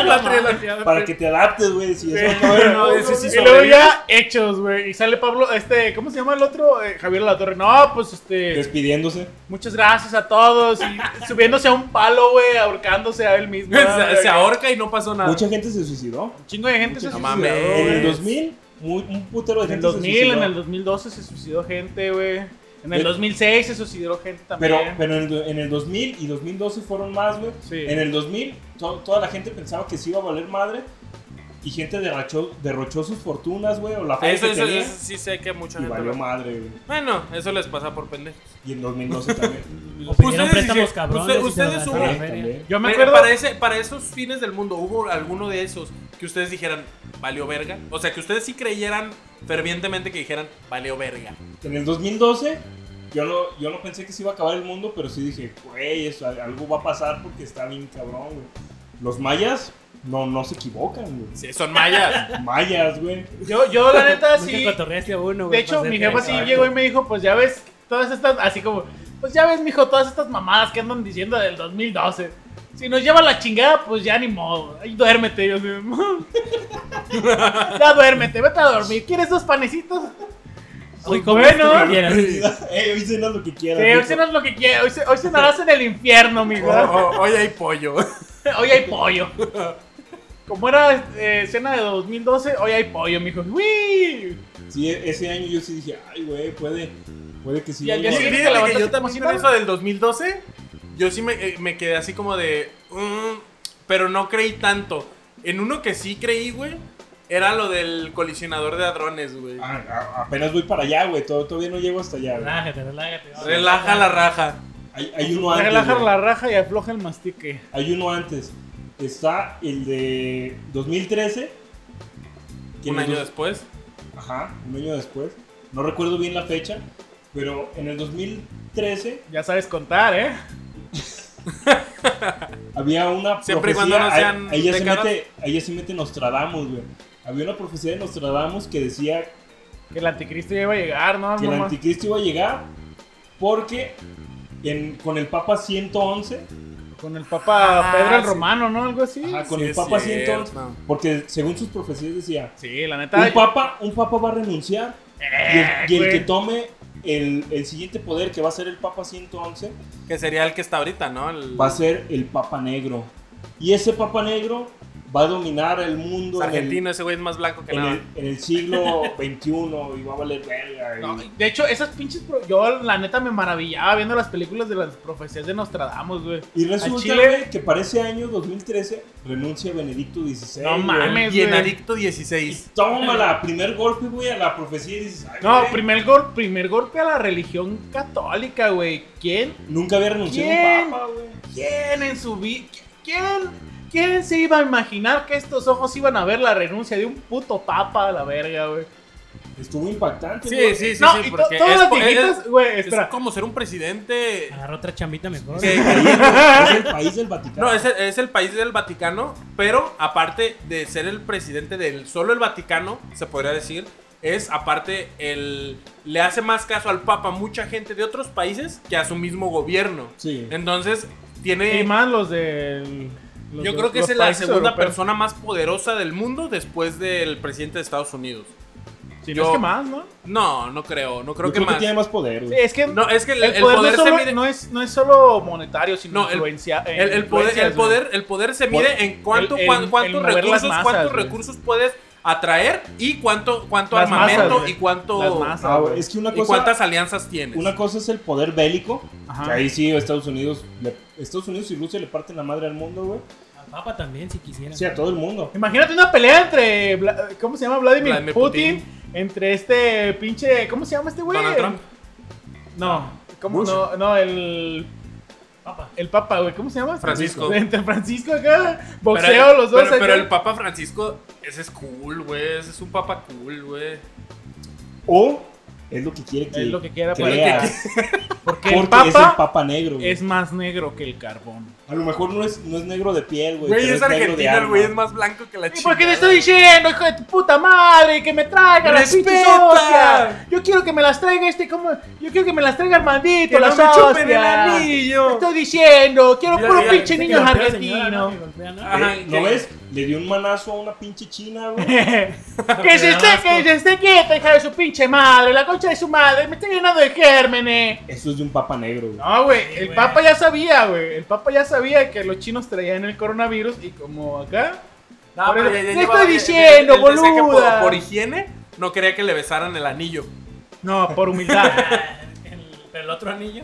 S2: La trilogía de-
S4: Para que te adaptes, güey. Si eso
S1: Sí.
S4: no cabe,
S2: No, ese sí
S1: y luego
S2: sobrevive.
S1: ya hechos, güey. Y sale Pablo, este, ¿cómo se llama el otro? Eh, Javier Latorre. No, pues este,
S4: Despidiéndose.
S1: muchas gracias a todos. Y subiéndose a un palo, güey, ahorcándose a él mismo.
S2: se, se ahorca y no pasó nada.
S4: Mucha gente se suicidó.
S1: Un chingo de gente se
S4: Mucha-
S2: No
S1: suicidó.
S2: mames.
S4: En el
S1: güey.
S4: 2000, muy- un putero de
S1: En el
S4: gente se
S1: 2000, en
S4: suicidó.
S1: el 2012 se suicidó gente, güey. En el
S4: Yo-
S1: 2006 se suicidó gente también.
S4: Pero, pero en, el, do- en el 2000 y 2012 fueron más, güey.
S1: Sí.
S4: En el 2000 to- toda la gente pensaba que se iba a valer madre y gente derrochó, derrochó sus fortunas, güey, o la fe
S2: Eso,
S4: que
S2: eso,
S4: tenía
S2: eso sí sé que mucha
S4: y
S2: gente...
S4: valió
S2: lo-
S4: madre, güey.
S2: Bueno, eso les pasa por pendejos.
S4: Y en 2012 también.
S3: O pidieron
S2: Ustedes
S3: préstamos
S2: dijeron- usted-
S3: cabrones. y se lo
S2: ustedes
S3: gastaron en la
S4: También,
S3: feria.
S4: también.
S1: Yo me
S2: Pe-
S1: acuerdo.
S2: Para, ese, para esos fines del mundo, ¿hubo alguno de esos que ustedes dijeran, valió verga? O sea, que ustedes sí creyeran fervientemente que dijeran, valió verga.
S4: En el 2012 yo no, yo no pensé que se iba a acabar el mundo, pero sí dije, güey, eso, al- algo va a pasar porque está bien cabrón, güey. Los mayas no, no se equivocan, güey.
S2: Sí, son mayas.
S4: Mayas, güey.
S1: Yo, yo la neta, sí.
S3: Nunca cotorreaste a uno, güey.
S1: De hecho,
S3: para
S1: mi
S3: ser
S1: jefa sí
S3: exacto.
S1: llegó y me dijo, pues ya ves, todas estas, así como, pues ya ves, mijo, todas estas mamadas que andan diciendo del 2012. Si nos lleva la chingada, pues ya ni modo. Ahí duérmete, yo así, Ya duérmete, vete a dormir. ¿Quieres dos panecitos?
S3: Uy,
S1: Pues
S3: ¿cómo
S1: bueno.
S3: es que quieras?
S4: Eh, hoy cenas lo que quieras.
S1: Sí, hoy
S4: mijo.
S1: cenas lo que quieras. Hoy, ce- hoy cenarás en el infierno,
S2: O-
S1: mijo.
S2: o- Hoy hay pollo.
S1: Hoy hay pollo. Como era eh, cena de 2012, hoy hay pollo, mijo. ¡Uy!
S4: Sí, e- ese año yo sí dije, ay, güey, puede, puede que sí.
S1: Y al día
S4: no,
S2: Sí,
S1: siguiente-
S4: no,
S1: te
S2: fíjate que
S1: levantaste
S2: yo también
S1: emocionado.
S2: con eso del 2012, yo sí me, eh, me quedé así como de. "Mm", pero no creí tanto. En uno que sí creí, güey, era lo del colisionador de hadrones, güey.
S1: Ah,
S4: a- a- Ah, apenas voy para allá, güey, to- todavía no llego hasta allá,
S2: Ah,
S4: güey.
S3: Relájate, relájate. vamos.
S2: Relaja la raja.
S4: Hay, hay uno antes,
S1: Relajar
S4: güey.
S1: la raja y afloja el mastique.
S4: hay uno antes. Está el de 2013. que
S2: Un
S4: en el
S2: año
S4: dos-
S2: después.
S4: Ajá, un año después. No recuerdo bien la fecha, pero en el 2013
S1: Ya sabes contar, ¿eh?
S4: había una
S2: Siempre y
S4: profecía-
S2: cuando no
S4: ahí-
S2: sean
S4: ahí, ya se
S2: décadas.
S4: mete, ahí ya se mete Nostradamus, güey. Había una profecía de Nostradamus que decía
S1: Que el anticristo ya iba a llegar, ¿no?
S4: que el
S1: Ah, Mamá?
S4: anticristo iba a llegar porque en- con el Papa 111,
S1: Con el Papa
S2: Ah,
S1: Pedro el
S2: sí.
S1: Romano, ¿no? Algo así.
S4: ajá, con
S2: sí
S4: el
S2: es
S4: Papa
S2: cierto.
S4: 111, porque según sus profecías decía,
S1: Sí, la neta. eh,
S4: un papa, un papa va a renunciar y el, y el
S2: Eh,
S1: güey.
S4: que tome el, el siguiente poder que va a ser el Papa 111
S2: que sería el que está ahorita, ¿no? El
S4: va a ser el Papa Negro. Y ese Papa Negro va a dominar el mundo en el,
S2: argentino, ese güey es más blanco que
S4: en
S2: nada.
S4: el- en el siglo XXI y va a valer verga. y-
S1: No, de hecho, esas pinches. pro- Yo, la neta, me maravillaba viendo las películas de las profecías de Nostradamus, güey.
S4: Y
S1: Al
S4: resulta
S1: Chile-
S4: güey, que para ese año 2013 renuncia Benedicto XVI.
S1: No
S4: güey.
S1: Ah, mames.
S2: Y en
S1: güey.
S2: Adicto 16.
S4: Tómala, primer golpe, güey, a la profecía y dices, ay,
S1: No,
S4: güey,
S1: primer, gol- primer golpe a la religión católica, güey. ¿Quién?
S4: nunca había renunciado
S1: ¿Quién?
S4: un papa, güey.
S1: ¿Quién en su vida? ¿Quién? ¿Quién se iba a imaginar que estos ojos iban a ver la renuncia de un puto papa a la verga, güey?
S4: Estuvo impactante,
S2: Sí,
S4: güey.
S2: sí, sí,
S1: no,
S2: sí,
S1: y to-
S2: porque
S1: todas
S2: es,
S1: las
S2: po- es-
S1: viejitas, güey,
S2: es
S1: espera. Ah.
S2: como ser un presidente.
S3: Agarra otra chambita mejor.
S2: que-
S4: Ahí, güey, es el país del Vaticano.
S2: No, es el, es el país del Vaticano, pero aparte de ser el presidente del solo el Vaticano, se podría decir, es, aparte, el, le hace más caso al Papa mucha gente de otros países que a su mismo gobierno.
S4: Sí.
S2: Entonces, tiene...
S1: Y más los del. los
S2: eh, Yo
S1: de-
S2: creo que
S1: los
S2: es la
S1: países
S2: segunda
S1: europeos.
S2: persona más poderosa del mundo después del presidente de Estados Unidos.
S1: Si
S2: Yo-
S1: no es que más, ¿no?
S2: No, no creo, no creo
S4: Yo
S2: que más.
S4: tiene más poder,
S1: Sí,
S4: güey.
S1: es que.
S2: No, es que el,
S1: el,
S2: el
S1: poder,
S2: poder
S1: no,
S2: se
S1: solo-
S2: mide.
S1: no es, no es solo monetario, sino
S2: No, el-
S1: influencia.
S2: El, el
S1: eh,
S2: poder, el
S1: influencias,
S2: poder, el poder se mide en cuánto,
S1: el-
S2: cuán-
S1: el
S2: cuántos
S1: mover las
S2: recursos,
S1: masas,
S2: cuántos
S1: güey.
S2: recursos puedes atraer y cuánto, cuánto
S1: Las masas,
S2: armamento
S1: güey.
S2: y cuánto
S1: Las masas.
S4: Ah, güey, es que una
S2: y
S4: cosa,
S2: cuántas alianzas tienes.
S4: una cosa es el poder bélico.
S1: Ajá.
S4: Que ahí sí, Estados Unidos, le- Estados Unidos y Rusia le parten la madre al mundo, güey.
S3: Al Papa también, si quisiera.
S4: Sí, a todo el mundo.
S1: Imagínate una pelea entre. Bla- ¿Cómo se llama? Vladimir,
S2: Vladimir
S1: Putin,
S2: Putin.
S1: Entre este pinche. ¿Cómo se llama este güey?
S2: Donald Trump.
S1: No. ¿Cómo?
S4: Bush.
S1: No, no, el. Papa. El Papa, güey. ¿Cómo se llama?
S2: Francisco.
S1: Entre Francisco acá.
S2: Pero-
S1: Boxeo los dos
S2: pero,
S1: acá.
S2: pero el Papa Francisco, ese es cool, güey. Ese es un papa cool, güey.
S4: O es lo que quiere que
S1: Es lo que quiera.
S4: que
S1: pues.
S4: lea, Porque
S1: Porque el
S4: es el
S1: Papa
S4: papa negro. güey.
S1: es más negro que el carbón.
S4: A lo mejor no es, no es negro de piel, güey.
S2: Güey,
S4: pero
S2: es
S4: negro de
S2: argentino, el
S4: alma.
S2: güey es más blanco que la
S1: ¿Y
S2: chica.
S1: por qué te estoy diciendo, hijo de tu puta madre? Que me traiga las
S2: ¡Respeta!
S1: pinches hostias. Yo quiero que me las traiga este como. Yo quiero que me las traiga Armandito,
S2: Que no
S1: las
S2: me chupen el
S1: hostias. Te
S2: anillo.
S1: estoy diciendo, quiero
S2: Mira,
S1: puro
S2: mira,
S1: pinche
S3: Que
S1: niños
S3: golpea a la señora, ¿no?
S1: argentinos.
S3: Que golpea, ¿no?
S4: ¿Eh?
S2: Ajá,
S4: ¿No
S2: que-
S4: ves? Le dio un manazo a una pinche china, güey.
S1: que se esté, que se esté quieta, hija de su pinche madre, la concha de su madre, me está llenando de gérmenes.
S4: Eso es de un papa negro, güey.
S1: No, güey, el
S3: güey.
S1: Papa ya sabía, güey. El Papa ya sabía que los chinos traían el coronavirus y como acá.
S2: No,
S1: Por
S2: pero
S1: el-
S2: ya- ya
S1: ¿Qué
S2: llevaba-
S1: estoy
S2: ya- ya-
S1: diciendo,
S2: él decía que por-
S1: boluda?
S2: por higiene, no quería que le besaran el anillo.
S1: No, por humildad.
S3: Ah, el- pero el otro anillo.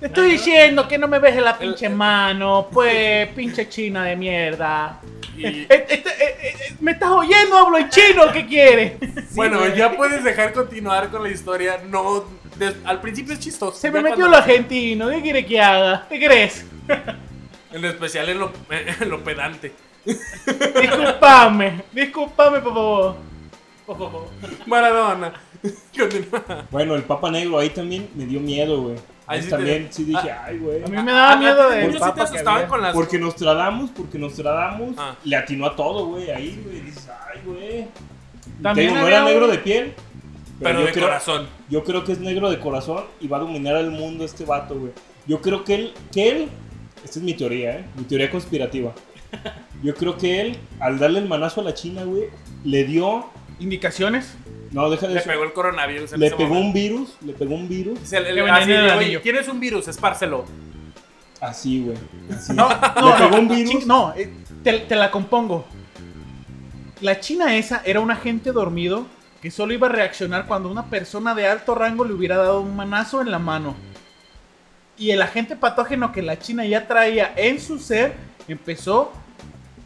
S1: Te estoy diciendo que no me ves en la
S2: El-
S1: pinche mano, pues, pinche china de mierda.
S2: Y,
S1: Eh, este, eh, eh, eh, ¿Me estás oyendo? Hablo en chino, ¿qué quieres?
S2: bueno, ya puedes dejar continuar con la historia. No, des- al principio es chistoso.
S1: Se
S2: ya
S1: me metió
S2: cuando-
S1: lo argentino, ¿qué quiere que haga? ¿Qué crees?
S2: En especial en lo, en lo pedante.
S1: Disculpame, disculpame, por favor.
S2: Oh,
S3: Po, po, po.
S2: Maradona. Continúa.
S4: Bueno, el papa negro ahí también me dio miedo, güey.
S2: Ahí
S4: Ahí
S2: sí te-
S4: también sí dije, ay, güey.
S1: A mí me daba
S2: Ah,
S1: miedo
S2: ¿a ti
S1: de
S2: sí te asustaban con las.
S4: Porque nos tradamos, porque nos tradamos.
S2: Ah.
S4: Le atinó a todo, güey. Ahí, güey. Dices, ay, güey. Te
S1: También
S4: digo, no
S1: había
S4: era
S1: un-
S4: negro de piel.
S2: Pero
S4: yo
S2: de
S4: creo-
S2: corazón.
S4: Yo creo que es negro de corazón y va a dominar al mundo este vato, güey. Yo creo que él, que él, esta es mi teoría, ¿eh? Mi teoría conspirativa. Yo creo que él, al darle el manazo a la China, güey, le dio,
S1: indicaciones.
S4: no, deja de
S2: Le
S4: eso.
S2: pegó el coronavirus. en
S4: le
S2: ese
S4: pegó
S2: momento.
S4: un virus, le pegó un virus,
S2: Se le-
S1: Que venía
S2: así
S1: en el
S2: de, "Oye,
S1: anillo".
S2: tienes un virus, espárselo.
S4: así, güey. así.
S1: No, no,
S4: le pegó un
S1: ching-
S4: virus.
S1: no, eh, te, te la compongo. La china esa era un agente dormido que solo iba a reaccionar cuando una persona de alto rango le hubiera dado un manazo en la mano. Y el agente patógeno que la china ya traía en su ser empezó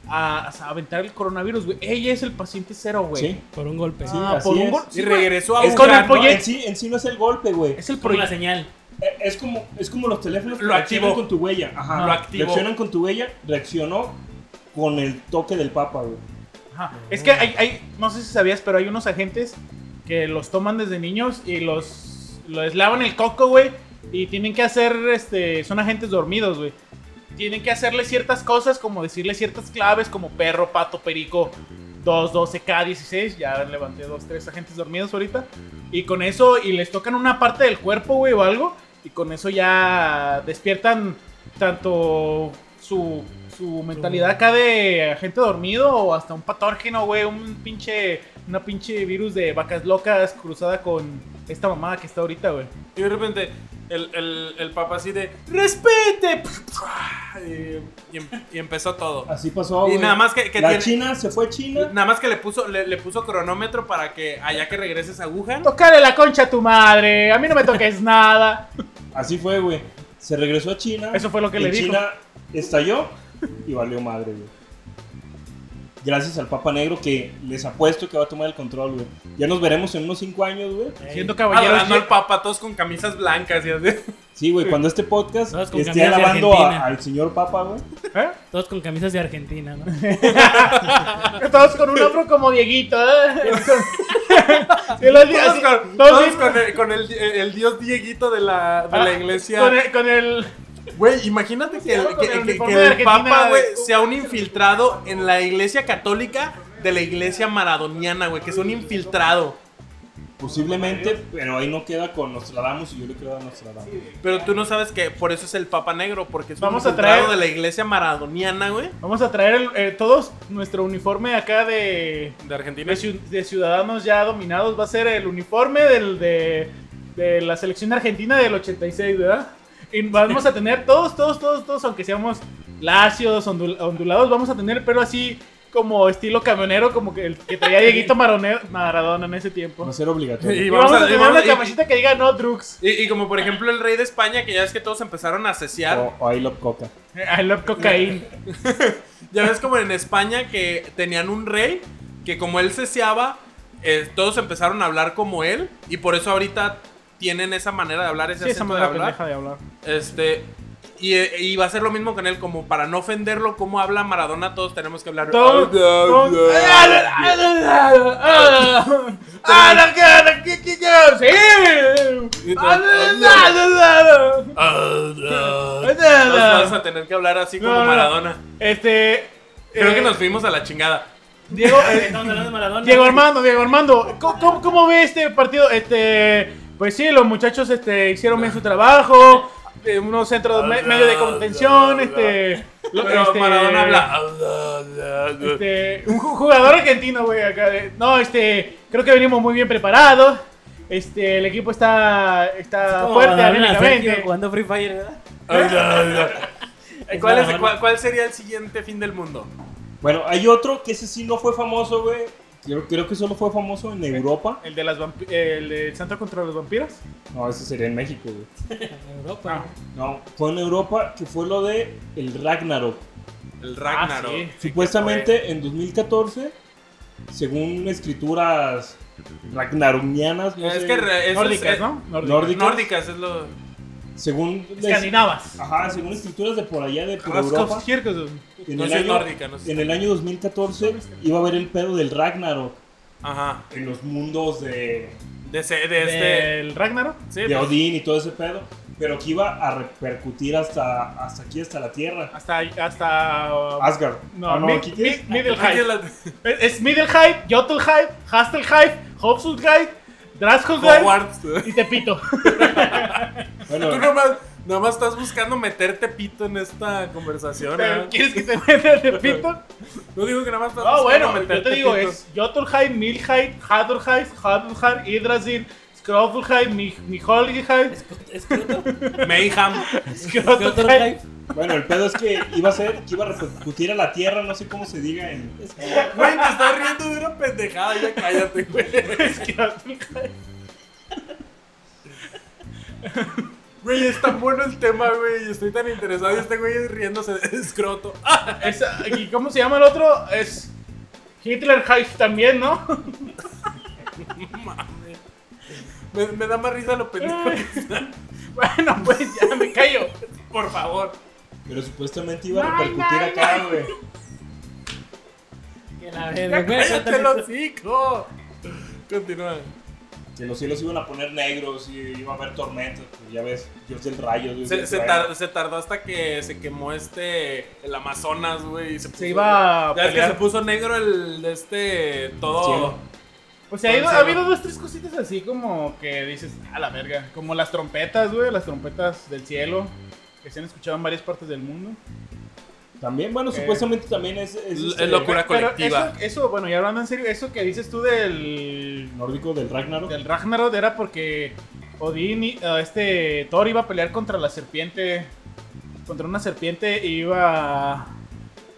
S1: a, a aventar el coronavirus, güey. Ella es el paciente cero, güey.
S4: Sí.
S3: Por un golpe.
S4: Sí.
S1: Ah,
S4: así
S1: por un
S4: es.
S1: gol- sí,
S2: Y
S1: güey.
S2: regresó a
S1: Es
S2: un
S1: con el
S2: gran-
S1: pollo- Oye.
S4: En sí, en sí no es el golpe, güey.
S1: Es el
S3: Por la
S1: proyecto.
S3: señal.
S4: Eh, Es como, es como los teléfonos que
S2: Lo
S4: reaccionan
S2: activó.
S4: con tu huella. Ajá.
S2: Lo activó.
S4: Reaccionan con tu huella, reaccionó con el toque del papa, güey.
S1: Ajá. Es que hay, hay- no sé si sabías, pero hay unos agentes que los toman desde niños y los, les lavan el coco, güey. Y tienen que hacer, este, son agentes dormidos, güey. Tienen que hacerle ciertas cosas, como decirle ciertas claves, como perro, pato, perico, 2, 12, K16. Ya levanté dos, tres agentes dormidos ahorita. Y con eso, y les tocan una parte del cuerpo, güey, o algo. Y con eso ya despiertan tanto su, su mentalidad acá de agente dormido o hasta un patógeno, güey. Un pinche, una pinche virus de vacas locas cruzada con esta mamada que está ahorita, güey.
S2: Y de repente el, el, el papá así de ¡Respete! Y, em- y empezó todo.
S4: Así pasó,
S2: Y
S4: güey.
S2: nada más que- que
S4: La
S2: tiene-
S4: China se fue a China.
S2: Nada más que le puso, le, le puso cronómetro para que allá que regreses a Wuhan.
S1: Tocarle la concha a tu madre, a mí no me toques nada.
S4: Así fue, güey. Se regresó a China.
S1: Eso fue lo que
S4: en
S1: le dijo.
S4: China estalló y valió madre, güey. Gracias al Papa Negro que les apuesto que va a tomar el control, güey. Ya nos veremos en unos 5 años, güey.
S1: Siendo caballeros,
S2: Adorando al papa, todos con camisas blancas y así.
S4: Sí, güey, cuando este podcast
S3: Todos con
S4: esté
S3: camisas de
S4: alabando a-
S3: Argentina.
S4: al señor Papa, güey.
S1: ¿eh?
S3: Todos con camisas de Argentina, ¿no?
S1: Todos con un afro como Dieguito, ¿eh? Sí, los-
S2: Todos
S1: así-
S2: con,
S1: todos
S2: todos
S1: bien-
S2: con el, con el- el dios Dieguito de la, de la iglesia.
S1: Ah, Con el- con el
S2: Güey, imagínate que el,
S1: Con el
S2: que- que-
S1: uniforme
S2: que
S1: de
S2: el
S1: Argentina,
S2: papa, güey,
S1: güey.
S2: sea un infiltrado en la iglesia católica de la iglesia maradoniana, güey, que es un infiltrado.
S4: Posiblemente, pero ahí no queda con Nostradamus y yo le creo a Nostradamus.
S2: Pero tú no sabes que por eso es el Papa Negro, porque es
S1: Vamos
S2: un
S1: a
S2: infiltrado
S1: traer-
S2: de la iglesia maradoniana, güey,
S1: Vamos a traer el- eh, todos nuestro uniforme acá de,
S2: de Argentina.
S1: de, ciu- de ciudadanos ya dominados. Va a ser el uniforme del, de, de la selección argentina del 86, ¿verdad? Y vamos a tener todos, todos, todos, todos, aunque seamos lacios, ondul- ondulados, vamos a tener pero así como estilo camionero, como que el que traía Dieguito Marone- Maradona en ese tiempo.
S4: No ser obligatorio.
S1: Y
S2: Y
S1: vamos,
S2: vamos
S1: a,
S2: a-
S1: tener una
S2: y-
S1: camiseta que diga no drugs.
S2: Y, y como por ejemplo el rey de España, que ya es que todos empezaron a asesiar.
S4: O, o I love coca.
S1: I love cocaine.
S2: Ya ves como en España que tenían un rey que como él ceseaba, eh, todos empezaron a hablar como él y por eso ahorita tienen esa manera de hablar, ese
S1: Sí, esa
S2: acento
S1: manera
S2: de hablar.
S1: pendeja de hablar.
S2: Este y, eh, y va a ser lo mismo con él, como para no ofenderlo, como habla Maradona, todos tenemos que hablar.
S1: Todo- todo-
S2: Y
S1: Sí.
S2: Todos vamos a tener que hablar así como
S1: No, no, no.
S2: Maradona.
S1: Este.
S2: Creo
S1: eh,
S2: que nos fuimos a la chingada.
S1: Diego, eh,
S3: Estamos hablando de Maradona.
S1: Diego Armando, Diego Armando, ¿cómo, cómo, cómo ve este partido? Este, pues sí, los muchachos este, hicieron bien su trabajo, eh, unos centros me- medio de contención, este, lo-
S2: Pero
S1: este,
S2: Maradona habla.
S1: Este, un ju- jugador argentino, güey, acá de- no, este, creo que venimos muy bien preparados. Este, el equipo está,
S3: Es
S1: está
S3: como
S1: fuerte
S3: Maradona Sergio
S1: anímicamente.
S3: Jugando Free Fire, ¿verdad?
S2: Eh, ¿Cuál, es-
S3: Maradona.
S2: cuál- cuál sería el siguiente fin del mundo?
S4: Bueno, hay otro que ese sí no fue famoso, güey. Creo, creo que solo fue famoso en Europa.
S1: El de las vampi- el de Santa contra los vampiros.
S4: No, ese sería en México, güey.
S3: En Europa.
S4: No, fue en Europa que fue lo de el Ragnarok.
S2: El Ragnarok.
S1: Ah, sí.
S4: Supuestamente en 2014, según escrituras ragnaronianas, no
S2: Es
S4: sé,
S2: que re- eso
S1: Nórdicas,
S2: es-
S1: ¿no? Nórdicas.
S4: nórdicas.
S2: Nórdicas es lo.
S4: según les-
S1: Escandinavas.
S4: ajá, según escrituras de por allá de por Europa,
S1: Raskovskirkos.
S4: en
S2: No
S4: el
S2: sé
S4: año
S2: nórdica, no sé.
S4: en el año 2014 iba a haber el pedo del Ragnarok
S2: Ajá.
S4: en los mundos de
S2: De, ese- de este.
S1: El Ragnarok.
S2: Sí,
S4: de
S2: pues,
S4: Odín y todo ese pedo, pero que iba a repercutir hasta, hasta aquí, hasta la Tierra.
S1: Hasta. hasta uh,
S4: Asgard.
S1: no,
S4: Ah,
S1: mid-
S4: ¿aquí qué es?
S1: mid- Middle
S2: aquí
S1: Hype.
S2: la-
S1: Es, es Middle Hype, Jotl Hype, Hostel Hype, Hobson Hype, Draskos Hype
S2: Hogwarts.
S1: y Tepito.
S2: Tú
S4: Bueno,
S2: nomás, nomás estás buscando meterte pito en esta conversación. ¿eh?
S1: ¿Quieres que te meta el Tepito?
S2: No digo que nada más estás
S1: No,
S2: buscando
S1: Ah, bueno, yo te digo,
S2: pito.
S1: es Jotl Hype, Mil Hype, Hador Hype, Hador Hype, Yggdrasil, Scroffle Hype, Mi- Miholgi Hype,
S3: ¿Es Kyoto?
S2: Mayhem.
S1: Scrotum
S3: Kyoto
S1: Hype.
S3: Drive.
S4: bueno, el pedo es que iba a ser, que iba a repercutir a la Tierra, no sé cómo se diga en...
S2: Güey, te estás riendo de una pendejada. Ya cállate, güey.
S1: Scrotum Hype.
S2: Güey, es tan bueno el tema, güey. y Estoy tan interesado. Y este güey riéndose de escroto. ¡Ah!
S1: Esa- ¿Y cómo se llama el otro? Es Hitler Hype también, ¿no?
S2: Me, me da más risa lo pendejo. que está.
S1: Bueno, pues ya me callo, por favor.
S4: Pero supuestamente iba a
S1: Ay,
S4: repercutir
S1: ay,
S4: acá, güey.
S3: Que la verga,
S2: Ya
S3: güey.
S2: cállate el hocico. Continúa.
S4: Que los cielos iban a poner negros y iba a haber tormentas. Pues ya ves, Dios del rayo. Dios
S2: Se,
S4: del
S2: se
S4: trueno.
S2: tar- se tardó hasta que se quemó este. El Amazonas, güey. y Se, puso-
S1: Se iba a
S2: Ya es que
S1: pelear.
S2: se puso negro el. de Este. Todo.
S4: Cielo.
S1: O sea, Pues, ha, ido-
S2: Entonces,
S1: ha habido dos, tres cositas así como que dices, a la verga. Como las trompetas, güey, las trompetas del cielo, que se han escuchado en varias partes del mundo.
S4: También, bueno,
S1: Eh.
S4: supuestamente también es, es,
S2: L-
S4: este,
S2: es lo que- Locura colectiva.
S1: Eso, eso, bueno, ya hablando en serio, eso que dices tú del,
S4: nórdico del Ragnarok.
S1: del Ragnarok era porque Odín, y, ah, este Thor iba a pelear contra la serpiente, contra una serpiente y iba a,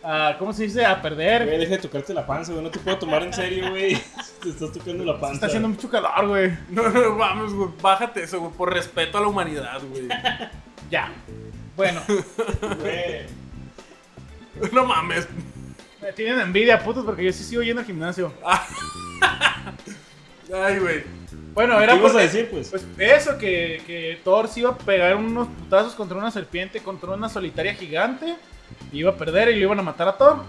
S1: a- ¿cómo se dice? A
S4: Güey,
S1: perder.
S4: deja de tocarte la panza, güey. No te puedo tomar en serio, güey. Te estás tocando la
S1: Se
S4: panza.
S1: está haciendo mucho calor, güey.
S2: No, no, vamos, güey. Bájate eso, güey. Por respeto a la humanidad, güey.
S1: Ya. Bueno,
S4: Güey.
S2: No mames.
S1: me tienen envidia, putos, porque yo sí sigo yendo al gimnasio.
S2: Ay, güey.
S1: Bueno,
S4: ¿Qué
S1: era
S4: ibas a
S1: porque-
S4: decir, pues?
S1: Pues eso, que, que Thor se iba a pegar unos putazos contra una serpiente, contra una solitaria gigante. Y iba a perder y lo iban a matar a Thor.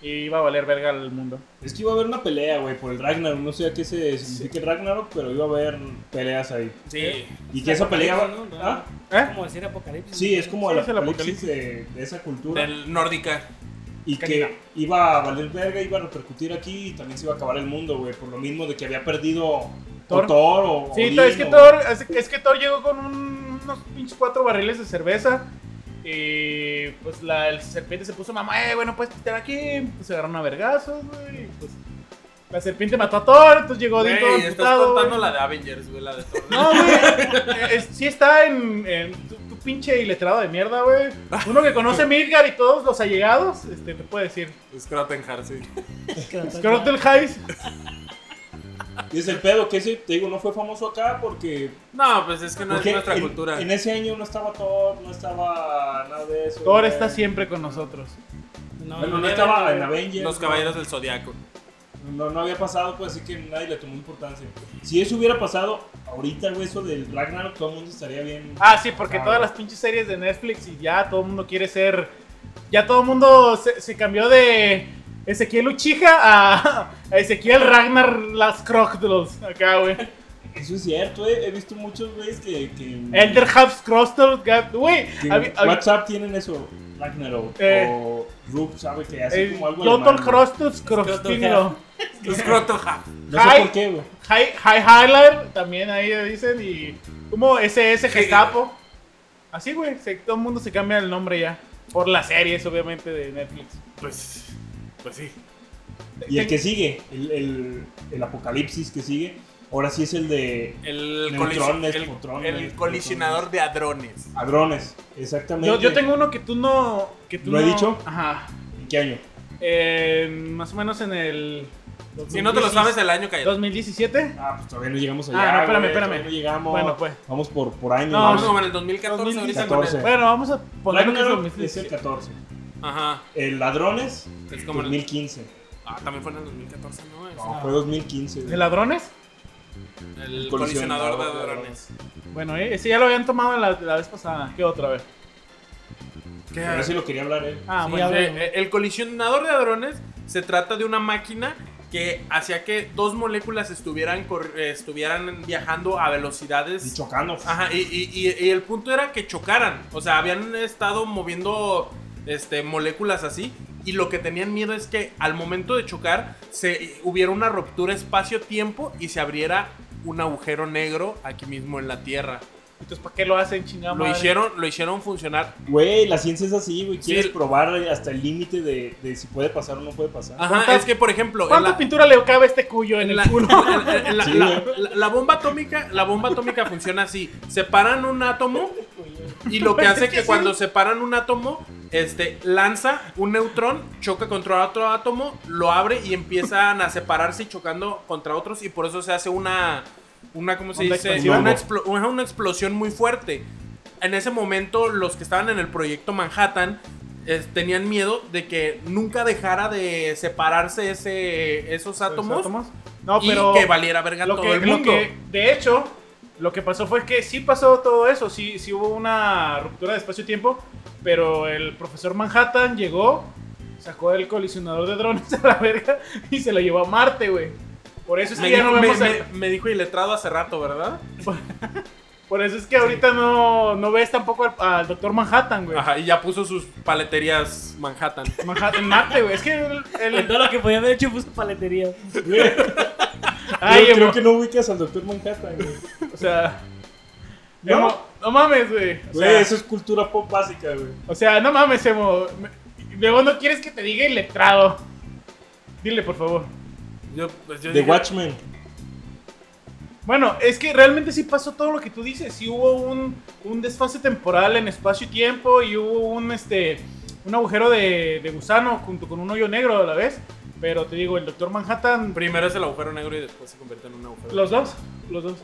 S1: Y iba a valer verga al mundo.
S4: Es que iba a haber una pelea, güey, por el Ragnarok. No sé a qué se significa el Ragnarok, pero iba a haber peleas ahí.
S2: Sí.
S4: Y que esa pelea...
S3: No, no, no.
S4: ¿Ah?
S1: ¿Eh?
S3: Como decir apocalipsis.
S4: Sí, es como
S1: Sí,
S4: el
S1: es el
S4: apocalipsis de, de esa cultura.
S2: Del nórdica.
S4: y
S1: Canina.
S4: que iba a valer verga, iba a repercutir aquí y también se iba a acabar el mundo, güey, por lo mismo de que había perdido
S1: Thor.
S4: o Thor o
S1: Sí,
S4: Odín,
S1: es que,
S4: o-
S1: Thor, es, es que Thor llegó con un- unos pinches cuatro barriles de cerveza. Y pues la el serpiente se puso mamá, eh, bueno, puedes pitar aquí. Pues se agarraron a vergazos, güey. y, Pues, la serpiente mató a Thor, entonces llegó
S2: Güey,
S1: Odín todo
S2: estás
S1: emputado, güey.
S2: contando la de Avengers, güey, la de Thor.
S1: No, güey. eh, es- sí está en, en tu, tu pinche iletrado de mierda, güey. Uno que conoce Midgar y todos los allegados, este, te puede decir.
S2: Scrottenhard, sí.
S1: Scrotel Highs.
S4: Y es el pedo que ese, te digo, no fue famoso acá porque...
S2: No, pues es que no
S4: porque
S2: es nuestra
S4: en-
S2: cultura.
S4: En ese año no estaba Thor, no estaba nada de eso.
S1: Thor
S4: güey.
S1: está siempre con nosotros.
S3: No,
S4: Bueno, no
S3: no,
S4: estaba en Avengers.
S2: Los
S4: no-
S2: Caballeros del Zodiaco.
S4: No, no había pasado, pues así que nadie le tomó importancia. Si eso hubiera pasado ahorita, güey, eso del Ragnarok, todo el mundo estaría bien.
S1: Ah, sí, porque
S4: Ah.
S1: todas las pinches series de Netflix y ya todo el mundo quiere ser. Ya todo el mundo se, se cambió de Ezequiel Uchija a, a Ezequiel Ragnar Las Crocodiles. Acá, güey.
S4: Eso es cierto, eh. He visto muchos güeyes que. que en-
S1: Elder Hubs Crostal. Güey.
S4: que en
S1: habí- habí-
S4: WhatsApp tienen eso, Ragnarok.
S1: Eh.
S4: o Rub, ¿sabe? Que hace
S1: eh,
S4: como algo.
S1: Total
S4: alemán, güey.
S1: Crostus Crostino.
S2: Scrottenhard.
S4: No sé
S1: Hi.
S4: por qué, güey.
S1: High, high Highlight también ahí le dicen. Y como SS Gestapo. Así, güey. se- Todo el mundo se cambia el nombre ya. Por las series, obviamente, de Netflix.
S2: Pues, pues sí.
S4: Y el que sigue, el, el, el apocalipsis que sigue, ahora sí es el de
S2: El,
S4: Neutrones,
S2: colisi- el-
S4: protones,
S2: el colisionador de hadrones.
S4: hadrones. Exactamente.
S1: Yo, yo tengo uno que tú no. Que tú
S4: ¿Lo he
S1: no-
S4: dicho?
S1: Ajá.
S4: ¿En qué año?
S1: Eh, más o menos en el.
S2: Si no te lo sabes el año, cállate.
S1: 2017.
S4: Ah, pues todavía no llegamos
S1: Ah,
S4: allá.
S1: no, espérame,
S4: güey,
S1: espérame.
S4: todavía No llegamos.
S1: Bueno, pues.
S4: Vamos por, por años.
S1: No,
S2: Vamos
S4: vamos.
S2: como Ah, en el 2014, ahorita con el-
S4: 2014.
S1: Bueno, vamos a poner que es
S4: Ragnarok es
S1: 2017.
S4: el 14.
S2: Ajá.
S4: El Ladrones,
S2: Es como en el-
S4: 2015.
S2: Ah, también fue en el 2014, ¿no? Es-
S4: No, fue 2015. güey.
S1: ¿De ladrones?
S2: El
S4: El
S2: colisionador
S4: colisionador
S2: de
S4: de
S2: hadrones.
S1: Bueno, eh, ese ya lo habían tomado la, la vez pasada. ¿Qué otra vez?
S4: Pero sí lo quería hablar él.
S1: Ah,
S3: Sí,
S1: bueno.
S3: habla-
S2: Eh, eh, El colisionador de hadrones se trata de una máquina que hacía que dos moléculas estuvieran, cor- eh, estuvieran viajando a velocidades
S4: Y chocando.
S2: Ajá, y, y- y- y el punto era que chocaran. O sea, habían estado moviendo este, moléculas así. Y lo que tenían miedo es que al momento de chocar se hubiera una ruptura espacio-tiempo y se abriera un agujero negro aquí mismo en la Tierra.
S1: Entonces, ¿para qué lo hacen, chingada
S2: Lo
S1: madre?
S2: hicieron, lo hicieron funcionar.
S4: Güey, la ciencia es así, güey. Quieres
S2: Sí.
S4: probar hasta el límite de, de si puede pasar o no puede pasar.
S2: Ajá,
S1: ¿Cuántas-
S2: es que por ejemplo, en
S1: ¿Cuánta
S2: la-
S1: pintura le cabe a este cuyo en
S2: la,
S1: el culo?
S2: la- la-
S4: Sí,
S2: la-
S4: güey.
S2: la- la bomba atómica, la bomba atómica funciona así. Separan un átomo y lo que hace que cuando separan un átomo, este, lanza un neutrón, choca contra otro átomo, lo abre y empiezan a separarse y chocando contra otros y por eso se hace una, una ¿cómo se
S1: Onda
S2: dice?
S1: expansiva.
S2: Una, explo- una- una explosión muy fuerte. En ese momento los que estaban en el proyecto Manhattan es- tenían miedo de que nunca dejara de separarse ese, esos átomos
S1: No, pero.
S2: y que valiera verga
S1: lo
S2: todo
S1: que,
S2: el
S1: lo
S2: mundo.
S1: que- de hecho, lo que pasó fue que sí pasó todo eso, sí, sí hubo una ruptura de espacio-tiempo, pero el profesor Manhattan llegó, sacó el colisionador de drones a la verga y se lo llevó a Marte, güey. Por eso es
S2: me,
S1: que ya
S2: dijo,
S1: no
S2: me,
S1: vemos
S2: me-
S1: a-
S2: me dijo iletrado hace rato, ¿verdad?
S1: Por eso es que ahorita no, no ves tampoco al, al doctor Manhattan, güey.
S2: Ajá, y ya puso sus paleterías Manhattan.
S1: Manhattan, Marte, güey. Es que el... el-
S3: Todo lo que podía haber hecho puso paletería.
S4: Güey,
S1: ay,
S4: creo, creo
S1: emo-
S4: que no ubicas al doctor Manhattan, güey.
S1: O sea...
S4: No.
S1: emo- no mames, güey. O
S4: Güey,
S1: sea-
S4: eso es cultura pop básica, güey.
S1: O sea, no mames, Emo. Me- Luego no quieres que te diga el letrado. Dile, por favor.
S2: Yo, pues, yo
S4: The
S2: dije,
S4: Watchmen.
S1: Bueno, es que realmente sí pasó todo lo que tú dices. Sí hubo un, un desfase temporal en espacio y tiempo y hubo un, este, un agujero de, de gusano junto con un hoyo negro a la vez. Pero te digo, el Doctor Manhattan...
S2: Primero es el agujero negro y después se convierte en un agujero.
S1: Los dos, los dos.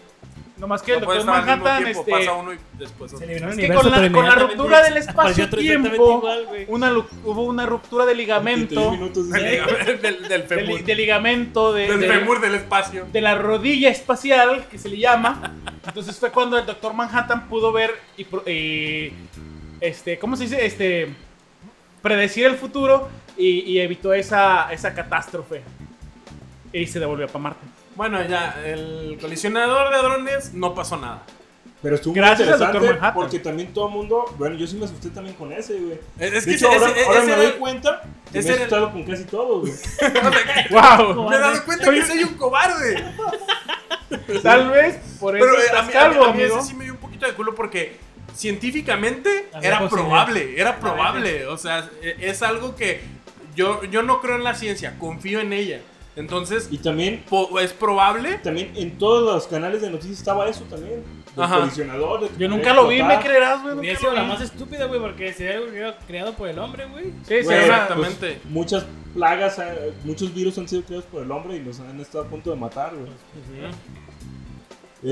S1: Nomás que
S2: No
S1: el
S2: puede
S1: Doctor
S2: estar al mismo
S1: Manhattan...
S2: tiempo,
S1: Este,
S2: pasa uno y después
S3: Se
S2: otro.
S3: eliminó
S1: es
S3: el
S1: que
S3: universo,
S1: con la,
S3: pero
S1: con la
S3: inmediatamente
S1: ruptura del
S3: apareció
S1: espacio-tiempo,
S3: igual, güey.
S1: una lu- hubo una ruptura de
S4: 23
S1: ligamento,
S4: minutos de-
S2: del, del, del
S1: de,
S2: femur.
S1: li- de ligamento, de,
S2: del
S1: de-
S2: femur del espacio.
S1: de la rodilla espacial, que se le llama. Entonces fue cuando el Doctor Manhattan pudo ver y, pro- y, este, ¿cómo se dice? Este, predecir el futuro y, y evitó esa, esa catástrofe. Y se devolvió para Marte.
S2: Bueno, ya, el colisionador de hadrones no pasó nada.
S4: Pero estuvo muy
S1: Gracias al
S4: interesante
S1: Dr. Manhattan.
S4: porque también todo el mundo, bueno, yo sí me asusté también con ese, güey.
S2: Es, es
S4: de
S2: que
S4: hecho,
S2: ese-
S4: ahora,
S2: ese-
S4: ahora
S2: ese
S4: me
S2: era
S4: doy
S2: el-
S4: cuenta que
S2: ese era
S4: me he
S2: el-
S4: asustado con casi todos, güey.
S1: ¡Wow!
S2: Me he dado cuenta que soy un cobarde.
S1: Tal vez por eso
S2: Pero eh, a
S1: estás
S2: mí, a mí-
S1: calvo,
S2: a mí ese
S1: amigo.
S2: sí me dio un poquito de culo porque científicamente
S3: Había
S2: era
S3: posibilidad.
S2: probable, era probable. O sea, e- es algo que yo, yo no creo en la ciencia, confío en ella. Entonces,
S4: Y también,
S2: po- es probable.
S4: también en todos los canales de noticias estaba eso también. del
S2: Ajá.
S4: colisionador, de que
S1: Yo
S4: podía
S1: nunca lo vi, me
S4: explotar.
S1: creerás, güey.
S3: Hubiera
S1: nunca
S3: sido
S1: lo
S3: la
S1: vi.
S3: más estúpida, güey, porque sería algo que era creado por el hombre, güey.
S1: Sí,
S4: Güey,
S1: se llama-
S2: exactamente.
S4: pues, muchas plagas, eh, muchos virus han sido creados por el hombre y los han estado a punto de matar, güey.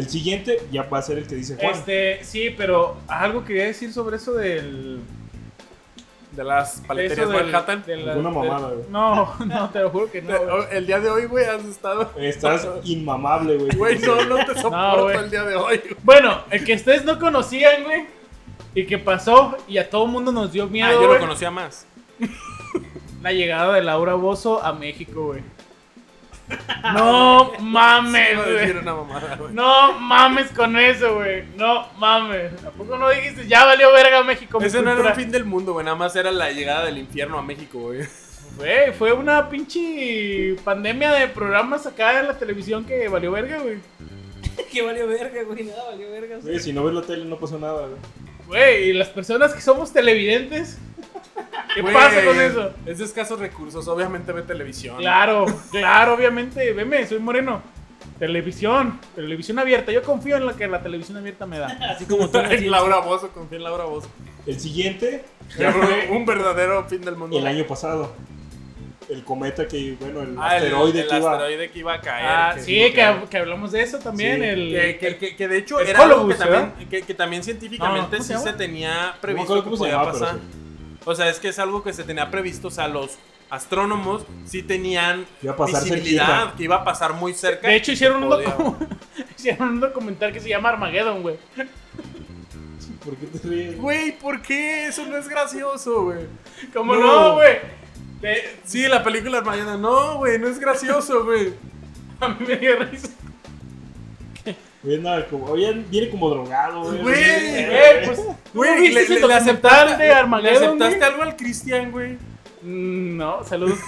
S4: El siguiente ya va a ser el que dice Juan.
S1: Este, sí, pero algo quería decir sobre eso del.
S2: pues, De las paleterías
S1: eso del-
S2: Manhattan. Eh, oh,
S1: de la-
S4: Alguna
S1: de-
S4: mamada, güey.
S1: No, no, te lo juro que no. güey.
S2: El día de hoy, güey, has estado.
S4: Estás inmamable, güey.
S2: Güey, no, no te soporto
S1: güey.
S2: el día de hoy. güey.
S1: Bueno, el que ustedes no conocían, güey. Y que pasó y a todo mundo nos dio miedo.
S2: Ah, yo lo
S1: güey,
S2: conocía más.
S1: La llegada de Laura Bozo a México, güey. No mames,
S2: Iba a decir
S1: güey.
S2: una mamada, güey.
S1: No mames con eso, güey. No mames. ¿Tampoco no dijiste? Ya valió verga México. mi
S2: Ese no era
S1: cultura"?
S2: un fin del mundo, güey. Nada más era la llegada del infierno a México, güey.
S1: Güey, fue una pinche pandemia de programas acá en la televisión que valió verga, güey.
S3: que valió verga, güey. Nada, valió verga. o sea.
S4: Güey, si no ves la tele no pasó nada, güey.
S1: Güey, y las personas que somos televidentes, ¿qué
S2: Güey,
S1: pasa con eso?
S2: Es de escasos recursos, obviamente ve televisión.
S1: Claro, claro, obviamente. Veme, soy moreno. Televisión, televisión abierta. Yo confío en lo que la televisión abierta me da.
S3: Así como tú. así.
S2: En Laura Bozo, confía en Laura Bozo.
S4: El siguiente,
S2: Ya fue un verdadero fin del mundo.
S4: el año pasado. El cometa que, bueno, el
S2: Ah, el-
S4: asteroide
S2: el
S4: que iba.
S2: asteroide que iba a caer.
S1: Ah,
S2: que-
S1: sí, que, que hablamos de eso también.
S4: Sí.
S1: El,
S2: Que, que- que- que de hecho
S1: El
S2: era algo que
S1: Columbus, ¿verdad?
S2: también, que, que también científicamente
S1: No, ¿cómo se
S2: sí
S1: llama?
S2: se tenía
S4: No me
S2: previsto
S4: acuerdo
S2: que
S4: cómo se
S2: podía
S4: llamaba, pero
S2: pasar.
S4: sí.
S2: O sea, es que es algo que se tenía previsto. O sea, los astrónomos sí tenían
S4: Iba a pasar
S2: visibilidad
S4: cerquita.
S2: que iba a pasar muy cerca.
S1: de hecho, hicieron un,
S2: Podía.
S1: docu- hicieron un documental que se llama Armageddon, güey.
S4: ¿Por qué te ríes?
S2: Güey, ¿por qué? Eso no es gracioso, güey.
S1: ¿Cómo
S2: No.
S1: no, güey? De-
S2: Sí, la película Armageddon. No, güey, no es gracioso, güey.
S1: A mí me dio risa.
S4: Güey, nada, como, oye, viene como drogado, güey.
S2: Güey,
S4: Eh,
S1: Güey, pues,
S2: Güey,
S1: viste
S2: le, le-
S1: ese
S2: le
S1: documental
S2: aceptaste,
S1: de Armageddon,
S2: le aceptaste
S1: güey?
S2: algo al Cristian, güey.
S1: Mm, No, saludos,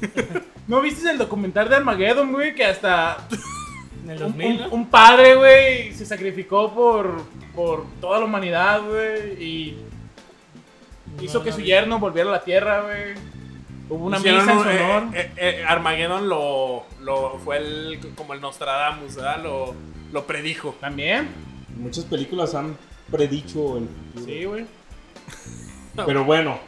S1: Cristian. ¿No viste el documental de Armageddon, güey? Que hasta
S3: En el
S1: un,
S3: 2000,
S1: un-
S3: ¿no?
S1: un padre, güey, se sacrificó por, por toda la humanidad, güey. Y hizo
S3: No,
S1: que
S3: no
S1: su
S3: vi.
S1: yerno volviera a la tierra, güey. Hubo una
S2: Hicieron
S1: misa en
S2: un-
S1: su
S2: eh,
S1: honor.
S2: eh, eh, Armageddon lo, lo fue el, como el Nostradamus, ¿verdad? Lo, lo predijo.
S1: También,
S4: Muchas películas han predicho el futuro.
S1: sí, güey.
S4: Pero bueno,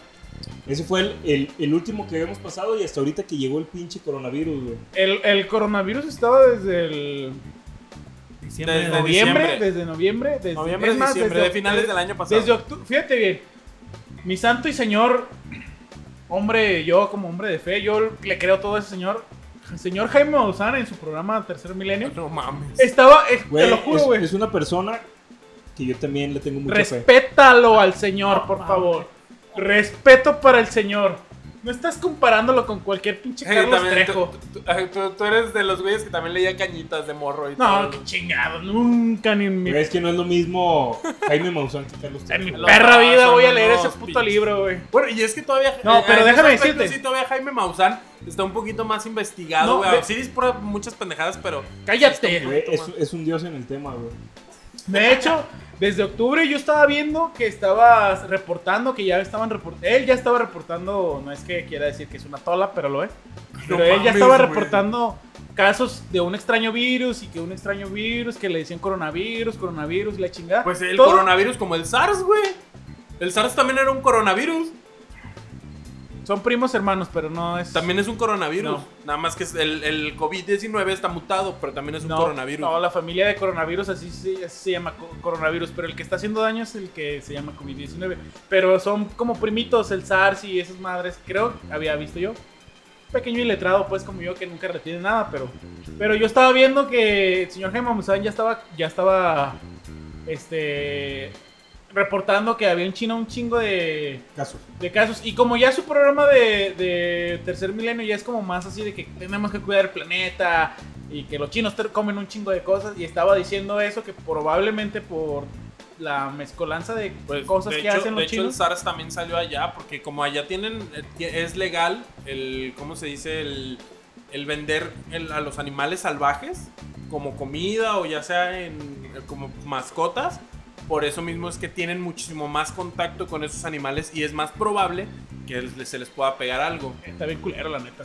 S4: ese fue el, el, el último que habíamos pasado y hasta ahorita que llegó el pinche coronavirus, güey.
S1: El, el coronavirus estaba desde el
S3: Diciembre
S2: Desde
S3: de
S1: noviembre,
S3: noviembre.
S2: diciembre.
S1: desde noviembre, desde
S2: Noviembre,
S1: es más,
S2: diciembre,
S1: desde-
S2: de finales del año pasado.
S1: Desde octubre, fíjate bien. Mi santo y señor, hombre, yo como hombre de fe, yo le creo todo a ese señor. El señor Jaime Maussan en su programa Tercer Milenio
S2: No mames.
S1: estaba, eh,
S4: Güey,
S1: te lo juro,
S4: es-
S1: güey.
S4: Es, una persona que yo también le tengo mucha fe.
S1: Respétalo al señor, por
S3: mames.
S1: favor. Respeto para el señor. No estás comparándolo con cualquier pinche
S2: Hey,
S1: Carlos
S2: también,
S1: Trejo.
S2: tú- tú- ay, tú- tú eres de los güeyes que también leía cañitas de morro y
S1: No,
S2: todo.
S1: qué chingado. Nunca ni en mi,
S4: Güey, es que no es lo mismo Jaime Maussan que Carlos
S1: en mi
S4: Trejo.
S2: lo-
S1: perra vida
S2: son
S1: voy a leer
S2: unos
S1: ese puto
S2: pinches-
S1: libro, güey.
S2: Bueno, y es que todavía. eh,
S1: No, pero
S2: en ese
S1: déjame
S2: aspecto
S1: decirte.
S2: Sí, todavía Jaime Maussan está un poquito más
S1: No,
S2: investigado, güey.
S1: ve-
S2: sí dispara muchas pendejadas, pero.
S1: Cállate.
S4: Güey, es, es un dios en el tema, güey.
S1: De hecho, desde octubre yo estaba viendo que estabas reportando, que ya estaban reportando. Él ya estaba reportando, no es que quiera decir que es una tola, pero lo es. Pero
S2: No
S1: él ya
S2: mames,
S1: estaba
S2: güey.
S1: reportando casos de un extraño virus y que un extraño virus, que le decían coronavirus, coronavirus, y la chingada.
S2: Pues el
S1: Todo-
S2: coronavirus, como el SARS, güey. El SARS también era un coronavirus.
S1: Son primos hermanos, pero no es.
S2: También es un coronavirus.
S1: No.
S2: Nada más que es el, el COVID-19 está mutado, pero también es un
S1: no,
S2: coronavirus.
S1: No, la familia de coronavirus así se, así se llama co- coronavirus, pero el que está haciendo daño es el que se llama COVID-19. Pero son como primitos, el SARS y esas madres, creo, había visto yo. Pequeño y letrado, pues como yo, que nunca retiene nada, pero... Pero yo estaba viendo que el señor Jaime Maussan ya estaba, ya estaba, este... Reportando que había en China un chingo de,
S4: Caso.
S1: de casos. Y como ya su programa de, de tercer milenio ya es como más así de que tenemos que cuidar el planeta y que los chinos te- comen un chingo de cosas. Y estaba diciendo eso que probablemente por la mezcolanza de
S2: Pues,
S1: cosas
S2: de
S1: que
S2: hecho,
S1: hacen
S2: de
S1: los
S2: hecho, el
S1: chinos.
S2: SARS también salió allá, porque como allá tienen, eh, ti- es legal el, ¿cómo se dice? El, el vender el- a los animales salvajes como comida o ya sea en, eh, como mascotas. Por eso mismo es que tienen muchísimo más contacto con esos animales y es más probable que les- se les pueda pegar algo.
S1: Está bien culero, la neta.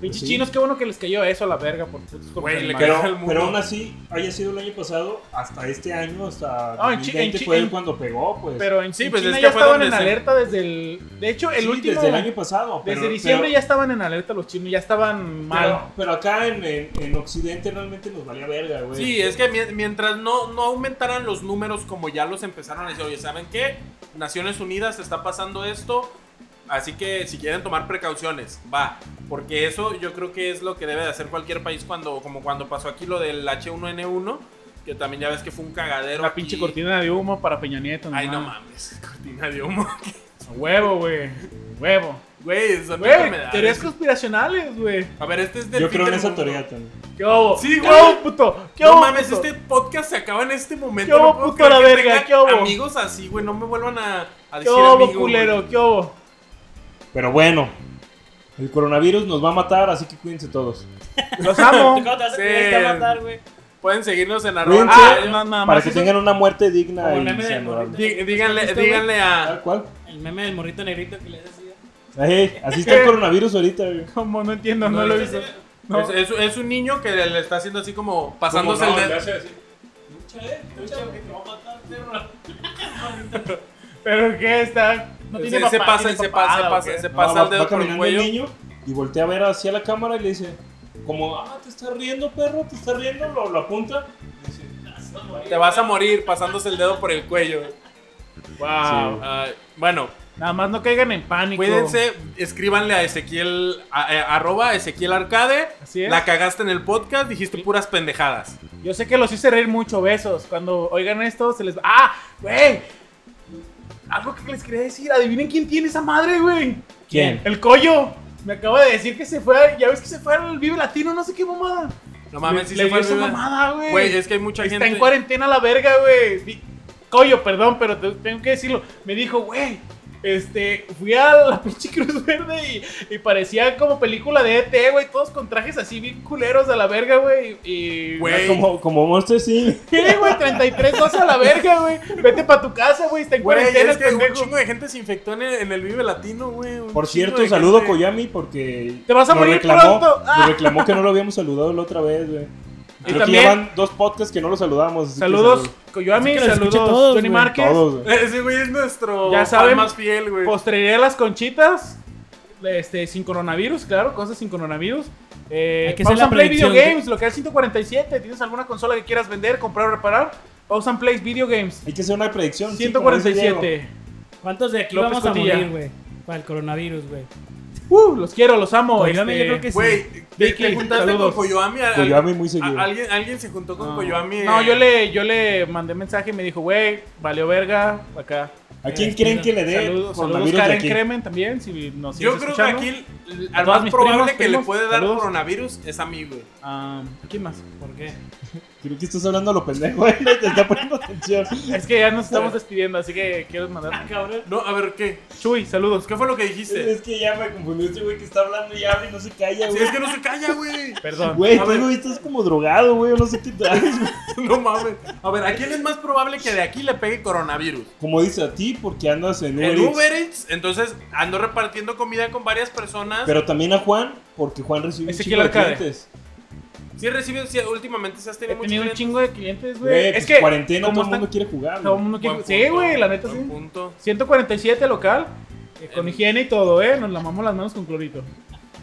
S1: Pinches
S4: sí.
S1: chinos, qué bueno que les cayó eso a la verga por putos con los
S2: Güey, le
S1: animales.
S2: cayó-
S4: Pero,
S2: Maneja el mundo.
S4: pero aún así, haya sido el año pasado, hasta este año, hasta
S1: No, Ah, en chi-
S4: 2020
S1: en chi-
S4: fue
S1: en-
S4: cuando pegó, pues.
S1: Pero en,
S2: Sí,
S1: en
S2: pues,
S1: China
S2: es que
S1: ya
S2: fue
S1: estaban en
S2: donde se-
S1: alerta desde el... De hecho, el
S4: Sí,
S1: último...
S4: desde el año pasado.
S1: desde
S4: pero-
S1: diciembre
S4: pero-
S1: ya estaban en alerta los chinos, ya estaban mal.
S4: Pero, pero acá en, en, en Occidente realmente nos valía verga,
S1: Pues,
S4: güey.
S2: Sí, es que mien- mientras no, no aumentaran los números como ya los empezaron a decir, oye, ¿saben qué? Naciones Unidas está pasando esto, así que si quieren tomar precauciones, va. Porque eso yo creo que es lo que debe de hacer cualquier país cuando, como cuando pasó aquí lo del H1N1, que también ya ves que fue un cagadero.
S1: la
S2: aquí.
S1: pinche cortina de humo para Peña Nieto.
S2: Ay, no
S1: nomás.
S2: mames, cortina de humo.
S1: Huevo, güey. Huevo.
S2: Güey, son
S1: Güey,
S2: enfermedades.
S1: teorías conspiracionales, güey.
S2: A ver, este es del
S4: Yo creo
S2: fin
S4: en
S2: del
S4: esa
S2: mundo.
S4: teoría también.
S1: ¿Qué hubo?
S2: Sí,
S1: ¿Qué
S2: güey.
S1: hubo, puto? ¿Qué
S2: no
S1: hubo,
S2: mames,
S1: puto?
S2: este podcast se acaba en este momento.
S1: ¿Qué
S2: no
S1: hubo,
S2: puedo
S1: puto, la
S2: creer que
S1: verga?
S2: tenga
S1: ¿Qué hubo?
S2: Amigos así, güey, no me vuelvan a, a
S1: ¿Qué
S2: decir
S1: hubo,
S2: amigo,
S1: culero?
S2: güey.
S1: ¿Qué hubo?
S4: Pero bueno, el coronavirus nos va a matar, así que cuídense todos.
S1: Los amo.
S3: ¿Cómo te vas a
S2: Sí.
S3: tener que matar, güey?
S2: Pueden seguirnos en
S4: Cuídense.
S2: arroba.
S1: ah,
S2: Ah,
S1: no, nada
S4: Para
S1: más.
S4: que
S1: eso.
S4: tengan una muerte digna
S3: Como el
S4: y
S3: meme del
S4: sean
S3: morrito.
S4: honorables.
S2: dí- díganle,
S3: ¿Has visto,
S2: díganle
S4: Ah,
S2: a.
S4: ¿Cuál?
S3: El meme del morrito negrito que le decía.
S4: Ey, así está el coronavirus ahorita, güey.
S1: Como no entiendo, no, lo he visto. No.
S2: Es, es- es un niño que le está haciendo así como pasándose el dedo.
S1: ¿Pero qué está? No
S2: Se,
S1: tiene
S2: se
S1: papá,
S2: pasa
S1: tiene
S2: y se pasa, se
S1: papada, ¿o
S2: pasa,
S1: qué?
S2: se
S4: No,
S2: pasa
S4: va,
S2: el dedo
S4: va
S2: por el
S4: caminando
S2: cuello.
S4: el niño y voltea a ver hacia la cámara y le dice, como, ah, te estás riendo, perro, te estás riendo, lo, lo apunta.
S2: Te vas a morir pasándose el dedo por el cuello.
S1: Wow.
S2: Ah, bueno,
S1: Nada más no caigan en pánico.
S2: cuídense, escríbanle a Ezequiel, a- eh, arroba Ezequiel Arcade.
S1: Así es.
S2: La cagaste en el podcast, dijiste puras pendejadas.
S1: Yo sé que los hice reír mucho, besos. Cuando oigan esto, se les va. ¡Ah! ¡Güey! Algo que les quería decir. Adivinen quién tiene esa madre, güey.
S4: ¿Quién?
S1: El collo. Me acaba de decir que se fue. Ya ves que se fue al Vive Latino, no sé qué mamada.
S2: No mames,
S1: Le-
S2: si
S1: le
S2: se
S1: dio
S2: fue
S1: esa
S2: el video.
S1: mamada, güey.
S2: Güey, es que hay mucha
S1: Está
S2: gente.
S1: en cuarentena la verga, güey. Di- Coyo, perdón, pero te- tengo que decirlo. Me dijo, güey, este, fui a la pinche Cruz Verde y, y parecía como película de ET, güey. Todos con trajes así bien culeros a la verga, güey. Y,
S2: Güey.
S4: Como, como Monster sí.
S1: ¿Qué, güey? 33 dos a la verga, güey. Vete pa' tu casa, güey. Está en
S2: Güey,
S1: cuarentena
S2: es
S1: el
S2: que un
S1: pendejo.
S2: chingo de gente se infectó en el, en el Vive Latino, güey. un
S4: Por
S2: chingo
S4: cierto,
S2: de
S4: saludo a
S2: gente.
S4: Koyami porque.
S1: Te vas a
S4: nos
S1: morir
S4: reclamó,
S1: pronto.
S4: nos
S1: Ah.
S4: reclamó que no lo habíamos saludado la otra vez, güey.
S1: Y
S4: Creo que
S1: también-
S4: ya van dos podcasts que no lo saludamos. así que
S1: Saludos,
S4: saludos.
S1: Coyoami.
S3: Así que los
S1: Saludos,
S3: escucho todos,
S1: Johnny
S3: güey.
S1: Márquez.
S4: Todos, güey.
S2: Ese güey es nuestro
S1: Ya
S2: fan
S1: saben,
S2: más fiel, güey.
S1: Postrería las conchitas. Este, sin coronavirus, claro, cosas sin coronavirus. Eh,
S3: Hay que
S1: Pause
S3: hacer la
S1: and Play Video
S3: predicción,
S1: Games, local 147. ¿Tienes alguna consola que quieras vender, comprar o reparar? Pause and Play Video Games,
S4: Hay que hacer una predicción. sí, como dice Diego.
S1: 147.
S3: ¿Cuántos de aquí
S1: López
S3: vamos a
S1: Cotilla.
S3: morir, güey? Para el coronavirus, güey.
S1: Uh, los quiero, los amo.
S3: Koyame,
S1: este,
S3: yo creo que sí.
S2: Güey, te-
S1: Vicky,
S2: te juntaste
S1: saludos.
S2: con Koyoami. al-
S4: Koyami muy
S2: a-
S4: seguido.
S2: alguien, alguien se juntó con Koyoami. eh,
S1: No, yo le, yo le mandé mensaje y me dijo, güey, valió verga, acá.
S4: ¿A quién creen que le dé
S1: Saludos, saludos
S4: coronavirus de
S1: Karen
S4: aquí?
S1: Kremen también, si nos
S2: eh, Yo
S1: sigues
S2: creo
S1: escuchando.
S2: que aquí l- al
S1: todas
S2: más
S1: mis
S2: probable
S1: primas,
S2: que
S1: primos,
S2: le puede dar
S1: saludos.
S2: coronavirus es a mí, güey.
S1: Ah, ¿Quién más?
S3: ¿Por qué?
S4: Creo que estás hablando a lo pendejo, güey. No te está poniendo atención.
S1: Es que ya nos estamos despidiendo, así que quiero
S2: Ah,
S1: mandar.
S3: Cabrón.
S2: No, a ver, ¿qué?
S1: Chuy, saludos.
S2: ¿Qué fue lo que dijiste?
S4: Es que ya me confundí este güey que está hablando y habla y no se calla,
S2: Sí,
S4: güey.
S2: es que no se calla, güey.
S1: Perdón.
S4: Güey,
S2: A
S4: tú
S2: ver.
S4: güey, estás como drogado, güey. No sé qué tal.
S2: No mames. A ver, ¿a quién es más probable que de aquí le pegue coronavirus?
S4: Como dice a ti, porque andas en Uber,
S2: En
S4: Eats.
S2: Uber Eats, entonces ando repartiendo comida con varias personas.
S4: Pero también a Juan, porque Juan recibe un
S1: Ah, Ese
S4: chico de
S1: Killer Arcade.
S4: clientes.
S2: Sí, recibe, sí, últimamente se has
S1: He
S2: tenido muchos
S1: tenido un
S2: clientes.
S1: chingo de clientes, güey.
S4: Güey,
S1: Es
S4: pues,
S1: que.
S4: cuarentena,
S1: como
S4: todo el
S1: están-
S4: mundo quiere jugar.
S1: Todo el
S4: güey.
S1: mundo quiere-
S2: Buen
S1: Sí,
S2: punto,
S1: güey, la neta sí.
S2: buen punto.
S1: 147 local, eh, con
S2: Eh,
S1: higiene y todo, ¿eh? Nos lavamos las manos con clorito.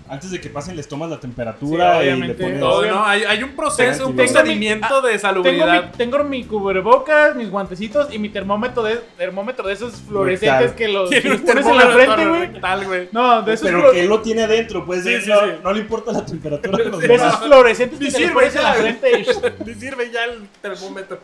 S4: Antes de que pasen, les tomas la temperatura
S1: Sí,
S4: y le
S1: obviamente.
S4: pones.
S2: No,
S1: Todo.
S2: no, hay, hay un proceso, un
S4: Tengo mi-
S2: procedimiento de
S1: Ah, Tengo mi,
S2: salubridad.
S1: tengo mi cubrebocas, mis guantecitos y mi termómetro de, termómetro de esos fluorescentes
S4: Rectal.
S1: que los, que
S2: Tiene
S1: los
S2: un
S1: pones en la
S2: termómetro
S1: frente, güey.
S2: rectal, güey.
S1: No, de esos,
S4: Pero
S1: fluor-
S4: que él lo tiene adentro, pues
S2: Sí,
S4: él
S2: sí,
S4: no,
S2: sí.
S4: no le importa la temperatura de los
S1: de esos
S4: demás.
S1: fluorescentes que
S2: Ni
S1: te los
S2: sirve
S1: pones en
S2: ya.
S1: la frente. y-
S2: Ni sirve ya el termómetro.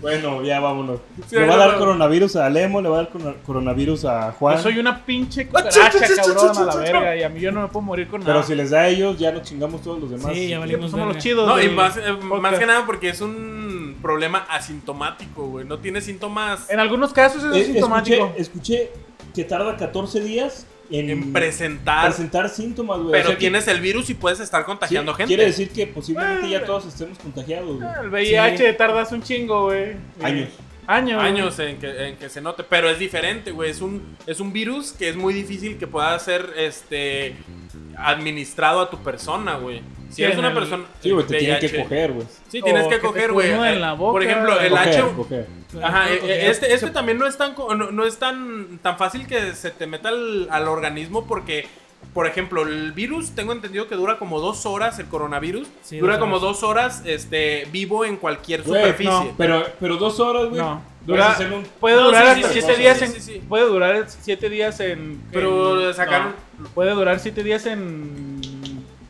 S4: Bueno, ya vámonos.
S2: Sí,
S4: le va a
S2: no,
S4: dar
S2: no.
S4: coronavirus a Lemo, le va a dar corona- coronavirus a Juan.
S1: Yo soy una pinche
S2: Ah, chu,
S1: cucaracha,
S2: chu, chu, chu,
S1: cabrón, a la
S2: chu, chu,
S1: verga. Y a mí yo no me puedo morir con nada.
S4: Pero si les da a ellos, ya nos chingamos todos los demás. Eh,
S3: Sí, ya
S1: ah. Sí,
S3: valimos
S1: somos los
S3: verga.
S1: chidos.
S2: No, y
S1: del
S2: más, eh,
S1: podcast.
S2: más que nada porque es un un problema asintomático, güey. No tiene síntomas
S1: En algunos casos es
S4: Eh,
S1: asintomático.
S4: Escuché, escuché que tarda 14 días en,
S2: en presentar,
S4: presentar síntomas, güey.
S2: pero
S4: O sea que-
S2: tienes el virus y puedes estar contagiando
S4: sí,
S2: gente.
S4: Quiere decir que posiblemente ya
S1: Bueno.
S4: todos estemos contagiados, güey.
S1: El VIH tardas un chingo, güey.
S4: Años.
S1: eh, Años. güey.
S2: años en que, en que se note, pero es diferente, güey. Es un, es un virus que es muy difícil que pueda ser este administrado a tu persona, güey. Si
S1: Sí,
S2: eres
S1: en
S2: una
S1: el-
S2: persona.
S4: Sí, güey, te tienen
S2: VIH.
S4: que coger, güey.
S2: Sí, tienes
S1: O
S2: que
S1: que te
S2: coger, güey.
S1: estornuda en la boca.
S2: Por ejemplo, el
S4: Coger,
S2: H.
S4: coger.
S2: Ajá,
S3: Creo
S2: eh,
S3: que
S2: eh,
S3: ya-
S2: este, este también no es tan co- no, no es tan, tan fácil que se te meta al, al organismo porque, por ejemplo, el virus, tengo entendido que dura como dos horas, el coronavirus,
S3: Sí,
S2: dura
S3: dos
S2: como
S3: horas.
S2: dos horas este, vivo en cualquier
S4: Güey,
S2: superficie.
S1: no.
S4: Pero, pero dos horas, güey.
S1: No.
S4: Puedes
S1: Dura-
S4: hacer un-
S1: Puede
S2: No, sí,
S1: durar
S2: sí,
S1: hasta
S2: sí,
S1: siete
S2: sí,
S1: días
S2: sí,
S1: en.
S2: sí, sí.
S1: Puede durar siete días en.
S2: Pero
S1: en-
S2: sacaron-
S1: no. Puede durar siete días en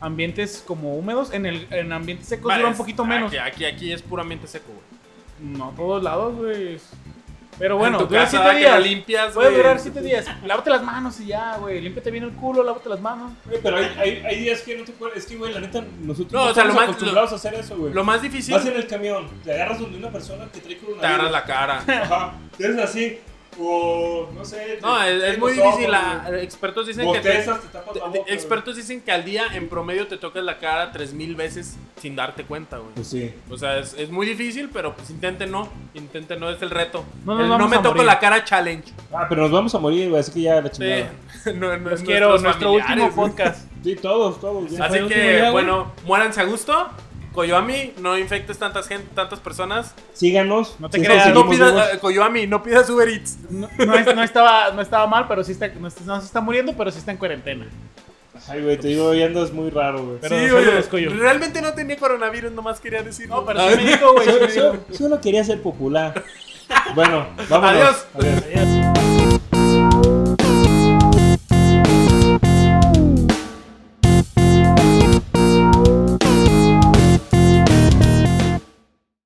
S1: ambientes como húmedos. En el en ambientes secos
S2: Vale, ah,
S1: dura un poquito
S2: aquí-
S1: menos.
S2: Aquí, aquí es puramente seco, güey.
S1: No todos lados, güey. Pero bueno,
S2: En tu
S1: dura
S2: casa,
S1: siete
S2: que
S1: días.
S2: la limpias,
S1: Puede
S2: güey.
S1: durar siete días. Lávate las manos y ya, güey. Límpiate bien el culo, lávate las manos.
S4: Güey, pero hay, hay, hay días que no te puedes. Es que, güey, la neta, nosotros
S2: No,
S4: no,
S2: o sea, lo
S4: estamos
S2: más-
S4: acostumbrados a hacer eso, güey.
S2: Lo más difícil
S4: Vas en el camión, te agarras donde una persona que trae coronavirus.
S2: te agarras la cara.
S4: Ajá, te haces así. O no sé.
S2: No,
S4: te-
S2: es,
S4: te
S2: es muy
S4: los ojos,
S2: difícil. la-
S4: güey.
S2: expertos dicen que te-
S4: Bostezas, te tapas
S2: te-
S4: la
S2: te-
S4: boca. güey.
S2: expertos dicen que al día en promedio te tocas la cara 3000 veces sin darte cuenta, güey.
S4: Pues sí.
S2: O sea, es, es muy difícil, pero pues intenten no. Intenten no, es el reto.
S1: No
S2: No,
S1: nos
S2: no
S1: vamos
S2: me
S1: a
S2: toco
S1: morir.
S2: la cara challenge.
S4: Ah, pero nos vamos a morir, güey, así que ya la
S2: Sí.
S4: chingada.
S2: No, no,
S1: Los
S2: nuestros
S1: quiero, nuestro
S2: Pues familiares,
S1: último
S2: güey.
S1: podcast.
S4: Sí, todos, todos. güey.
S3: Ah, Fue
S2: Así
S3: el último
S2: que,
S3: día, güey.
S2: bueno, muéranse a gusto. Coyoami, no infectes tantas gente, tantas personas.
S4: Síganos.
S1: No te
S4: sí,
S1: creas,
S2: No
S4: seguimos vivos.
S2: pidas, eh, Coyoami, no pidas Uber Eats.
S1: No, no es- no estaba, no estaba mal, pero sí está, no, está- no se está muriendo, pero sí está en cuarentena.
S4: Ay, güey, te digo, hoy andas muy raro, güey.
S1: Pero
S2: sí,
S1: solo
S2: oye,
S1: los Coyo.
S2: realmente no tenía coronavirus, nomás quería decir.
S1: No, pero sí me dijo, güey. sí me
S4: Solo,
S1: dijo.
S4: solo- solo quería ser popular. Bueno, vámonos.
S2: Adiós.
S4: Adiós.
S3: Adiós.